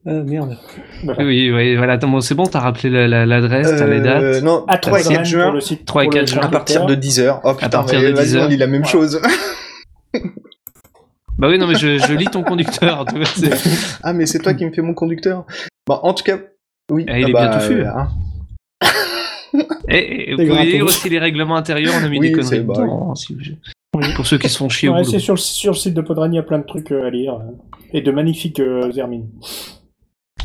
[SPEAKER 5] Ah, merde.
[SPEAKER 7] Oui, oui, oui, voilà. Attends, bon, c'est bon, t'as rappelé la- la- l'adresse, t'as les
[SPEAKER 6] Euh,
[SPEAKER 7] dates.
[SPEAKER 6] Non,
[SPEAKER 2] À
[SPEAKER 6] 3 et 4 juin,
[SPEAKER 2] site.
[SPEAKER 7] 3 et
[SPEAKER 2] pour le
[SPEAKER 7] 4 juin.
[SPEAKER 6] à partir de 10h. Oh putain,
[SPEAKER 7] partir
[SPEAKER 6] mais
[SPEAKER 7] de
[SPEAKER 6] vas-y,
[SPEAKER 7] 10 heures.
[SPEAKER 6] on dit la même
[SPEAKER 2] Ouais.
[SPEAKER 6] chose.
[SPEAKER 7] Bah oui, non, mais je, je lis ton conducteur. tu vois, c'est-
[SPEAKER 6] Ah, mais c'est toi qui me fais mon conducteur. Bon, en tout cas, oui.
[SPEAKER 7] Eh, il
[SPEAKER 6] ah
[SPEAKER 7] est bien touffu.
[SPEAKER 6] hein.
[SPEAKER 7] Et, et Eh, vous
[SPEAKER 5] C'est
[SPEAKER 7] pouvez
[SPEAKER 5] gratuit.
[SPEAKER 7] lire aussi les règlements intérieurs, on a mis
[SPEAKER 6] Oui,
[SPEAKER 7] des
[SPEAKER 6] c'est-
[SPEAKER 7] conneries.
[SPEAKER 6] bah
[SPEAKER 7] dedans, hein, si vous- Pour ceux qui se font chier au
[SPEAKER 2] Ouais,
[SPEAKER 7] boulot.
[SPEAKER 2] c'est sur, le- sur le site de Podrani, il y a plein de trucs euh, à lire. euh, Et de magnifiques euh, hermines.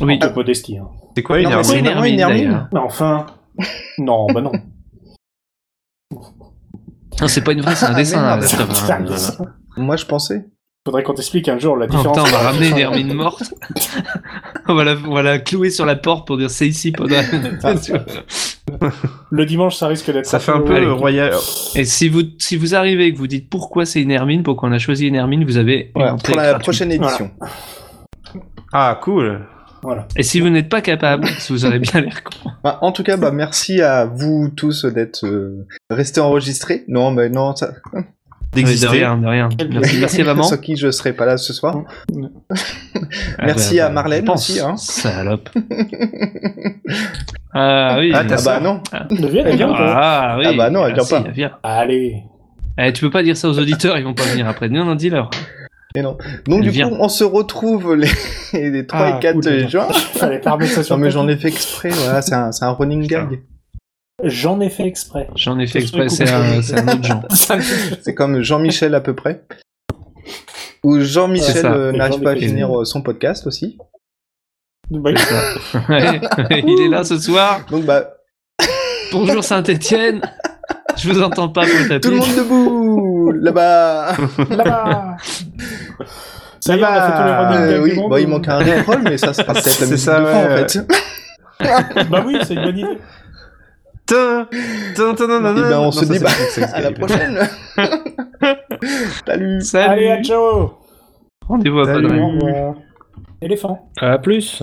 [SPEAKER 7] Oui.
[SPEAKER 6] Ah.
[SPEAKER 2] De modestie. hein.
[SPEAKER 9] C'est quoi une
[SPEAKER 6] Non, mais
[SPEAKER 9] armée
[SPEAKER 6] c'est
[SPEAKER 7] Hermine,
[SPEAKER 6] vraiment une hermine.
[SPEAKER 7] d'ailleurs.
[SPEAKER 2] Mais enfin. Non, bah non.
[SPEAKER 7] Non, c'est pas une vraie, c'est un
[SPEAKER 6] Ah,
[SPEAKER 7] dessin.
[SPEAKER 6] merde.
[SPEAKER 7] là,
[SPEAKER 2] C'est
[SPEAKER 7] Christophe,
[SPEAKER 2] un
[SPEAKER 7] hein.
[SPEAKER 2] dessin.
[SPEAKER 6] Moi, je pensais.
[SPEAKER 2] Faudrait qu'on t'explique un jour la
[SPEAKER 7] Oh,
[SPEAKER 2] différence.
[SPEAKER 7] putain, on va
[SPEAKER 9] bah,
[SPEAKER 2] entre-
[SPEAKER 7] ramener une hermine morte. on, va la, on va la clouer sur la porte pour dire c'est ici pendant.
[SPEAKER 2] Le dimanche, ça risque d'être.
[SPEAKER 9] Ça fait un peu
[SPEAKER 7] Allez.
[SPEAKER 9] euh, royal.
[SPEAKER 7] et si vous, si vous arrivez et que vous dites pourquoi c'est une hermine, pourquoi on a choisi une hermine, vous avez une
[SPEAKER 6] Voilà,
[SPEAKER 7] entrée
[SPEAKER 6] pour la
[SPEAKER 7] gratuite.
[SPEAKER 6] prochaine édition.
[SPEAKER 9] Ah, cool.
[SPEAKER 2] Voilà.
[SPEAKER 7] Et si vous n'êtes pas capable, si vous avez bien l'air con.
[SPEAKER 6] Bah, en tout cas, bah, merci à vous tous d'être euh, restés enregistrés. Non, mais non, ça...
[SPEAKER 9] D'exister.
[SPEAKER 7] De rien, de rien. Merci, merci à maman.
[SPEAKER 6] sans qui je serais pas là ce soir.
[SPEAKER 7] Ah,
[SPEAKER 6] merci à Marlène
[SPEAKER 7] je pense.
[SPEAKER 6] aussi, hein.
[SPEAKER 7] Salope. Ah oui.
[SPEAKER 9] Ah, t'as
[SPEAKER 6] Ah bah non.
[SPEAKER 2] Deviens, elle vient ou pas
[SPEAKER 7] Ah, oui.
[SPEAKER 6] Ah bah non, elle vient
[SPEAKER 7] si,
[SPEAKER 6] pas.
[SPEAKER 7] Elle vient.
[SPEAKER 9] Ah.
[SPEAKER 2] Allez.
[SPEAKER 7] Eh, tu peux pas dire ça aux auditeurs, ils vont pas venir après. Non, non, dis-leur.
[SPEAKER 6] Donc
[SPEAKER 7] Elle
[SPEAKER 6] du
[SPEAKER 7] vient.
[SPEAKER 6] coup, on se retrouve les, les 3
[SPEAKER 2] Ah,
[SPEAKER 6] et 4
[SPEAKER 2] cool, d'accord.
[SPEAKER 6] juin.
[SPEAKER 2] Fallait pas remettre ça sur
[SPEAKER 6] Non mais
[SPEAKER 2] le
[SPEAKER 6] j'en
[SPEAKER 2] tapis.
[SPEAKER 6] ai fait exprès, voilà, c'est un, c'est un running gag.
[SPEAKER 2] J'en ai fait exprès.
[SPEAKER 7] J'en ai fait
[SPEAKER 2] Je
[SPEAKER 7] exprès,
[SPEAKER 2] coupe.
[SPEAKER 7] c'est un, c'est un autre genre.
[SPEAKER 6] C'est comme Jean-Michel à peu près. Où
[SPEAKER 7] C'est
[SPEAKER 6] Jean-Michel
[SPEAKER 7] ça.
[SPEAKER 6] euh,
[SPEAKER 2] Et
[SPEAKER 6] n'arrive pas à
[SPEAKER 2] Jean-Michel.
[SPEAKER 6] finir euh, son podcast aussi.
[SPEAKER 2] Bah,
[SPEAKER 7] Ouais. Il est là ce soir.
[SPEAKER 6] Donc bah,
[SPEAKER 7] Bonjour Saint-Étienne. Je vous entends pas pour le tapis.
[SPEAKER 6] tout le monde debout Là-bas
[SPEAKER 2] Là-bas Ça y est, on a fait tous les
[SPEAKER 6] Là-bas.
[SPEAKER 2] running gags
[SPEAKER 6] Euh,
[SPEAKER 2] du
[SPEAKER 6] oui,
[SPEAKER 2] monde.
[SPEAKER 6] bah, il manque un roll, mais ça sera peut-être la
[SPEAKER 9] C'est
[SPEAKER 6] musique
[SPEAKER 9] ça,
[SPEAKER 6] de fond,
[SPEAKER 9] ouais,
[SPEAKER 6] en fait.
[SPEAKER 2] Bah oui, c'est une bonne idée.
[SPEAKER 9] Tin, tin, tin, tin, tin,
[SPEAKER 6] Eh ben, on
[SPEAKER 9] non,
[SPEAKER 6] se
[SPEAKER 9] ça,
[SPEAKER 6] dit,
[SPEAKER 9] c'est
[SPEAKER 6] bah,
[SPEAKER 9] Six Sense
[SPEAKER 6] à la
[SPEAKER 9] Gallery.
[SPEAKER 6] prochaine Salut
[SPEAKER 7] Salut.
[SPEAKER 2] Allez, à ciao
[SPEAKER 7] Rendez-vous à
[SPEAKER 9] Salut.
[SPEAKER 7] Podren. Ah,
[SPEAKER 2] Au revoir. Éléphant.
[SPEAKER 8] À plus.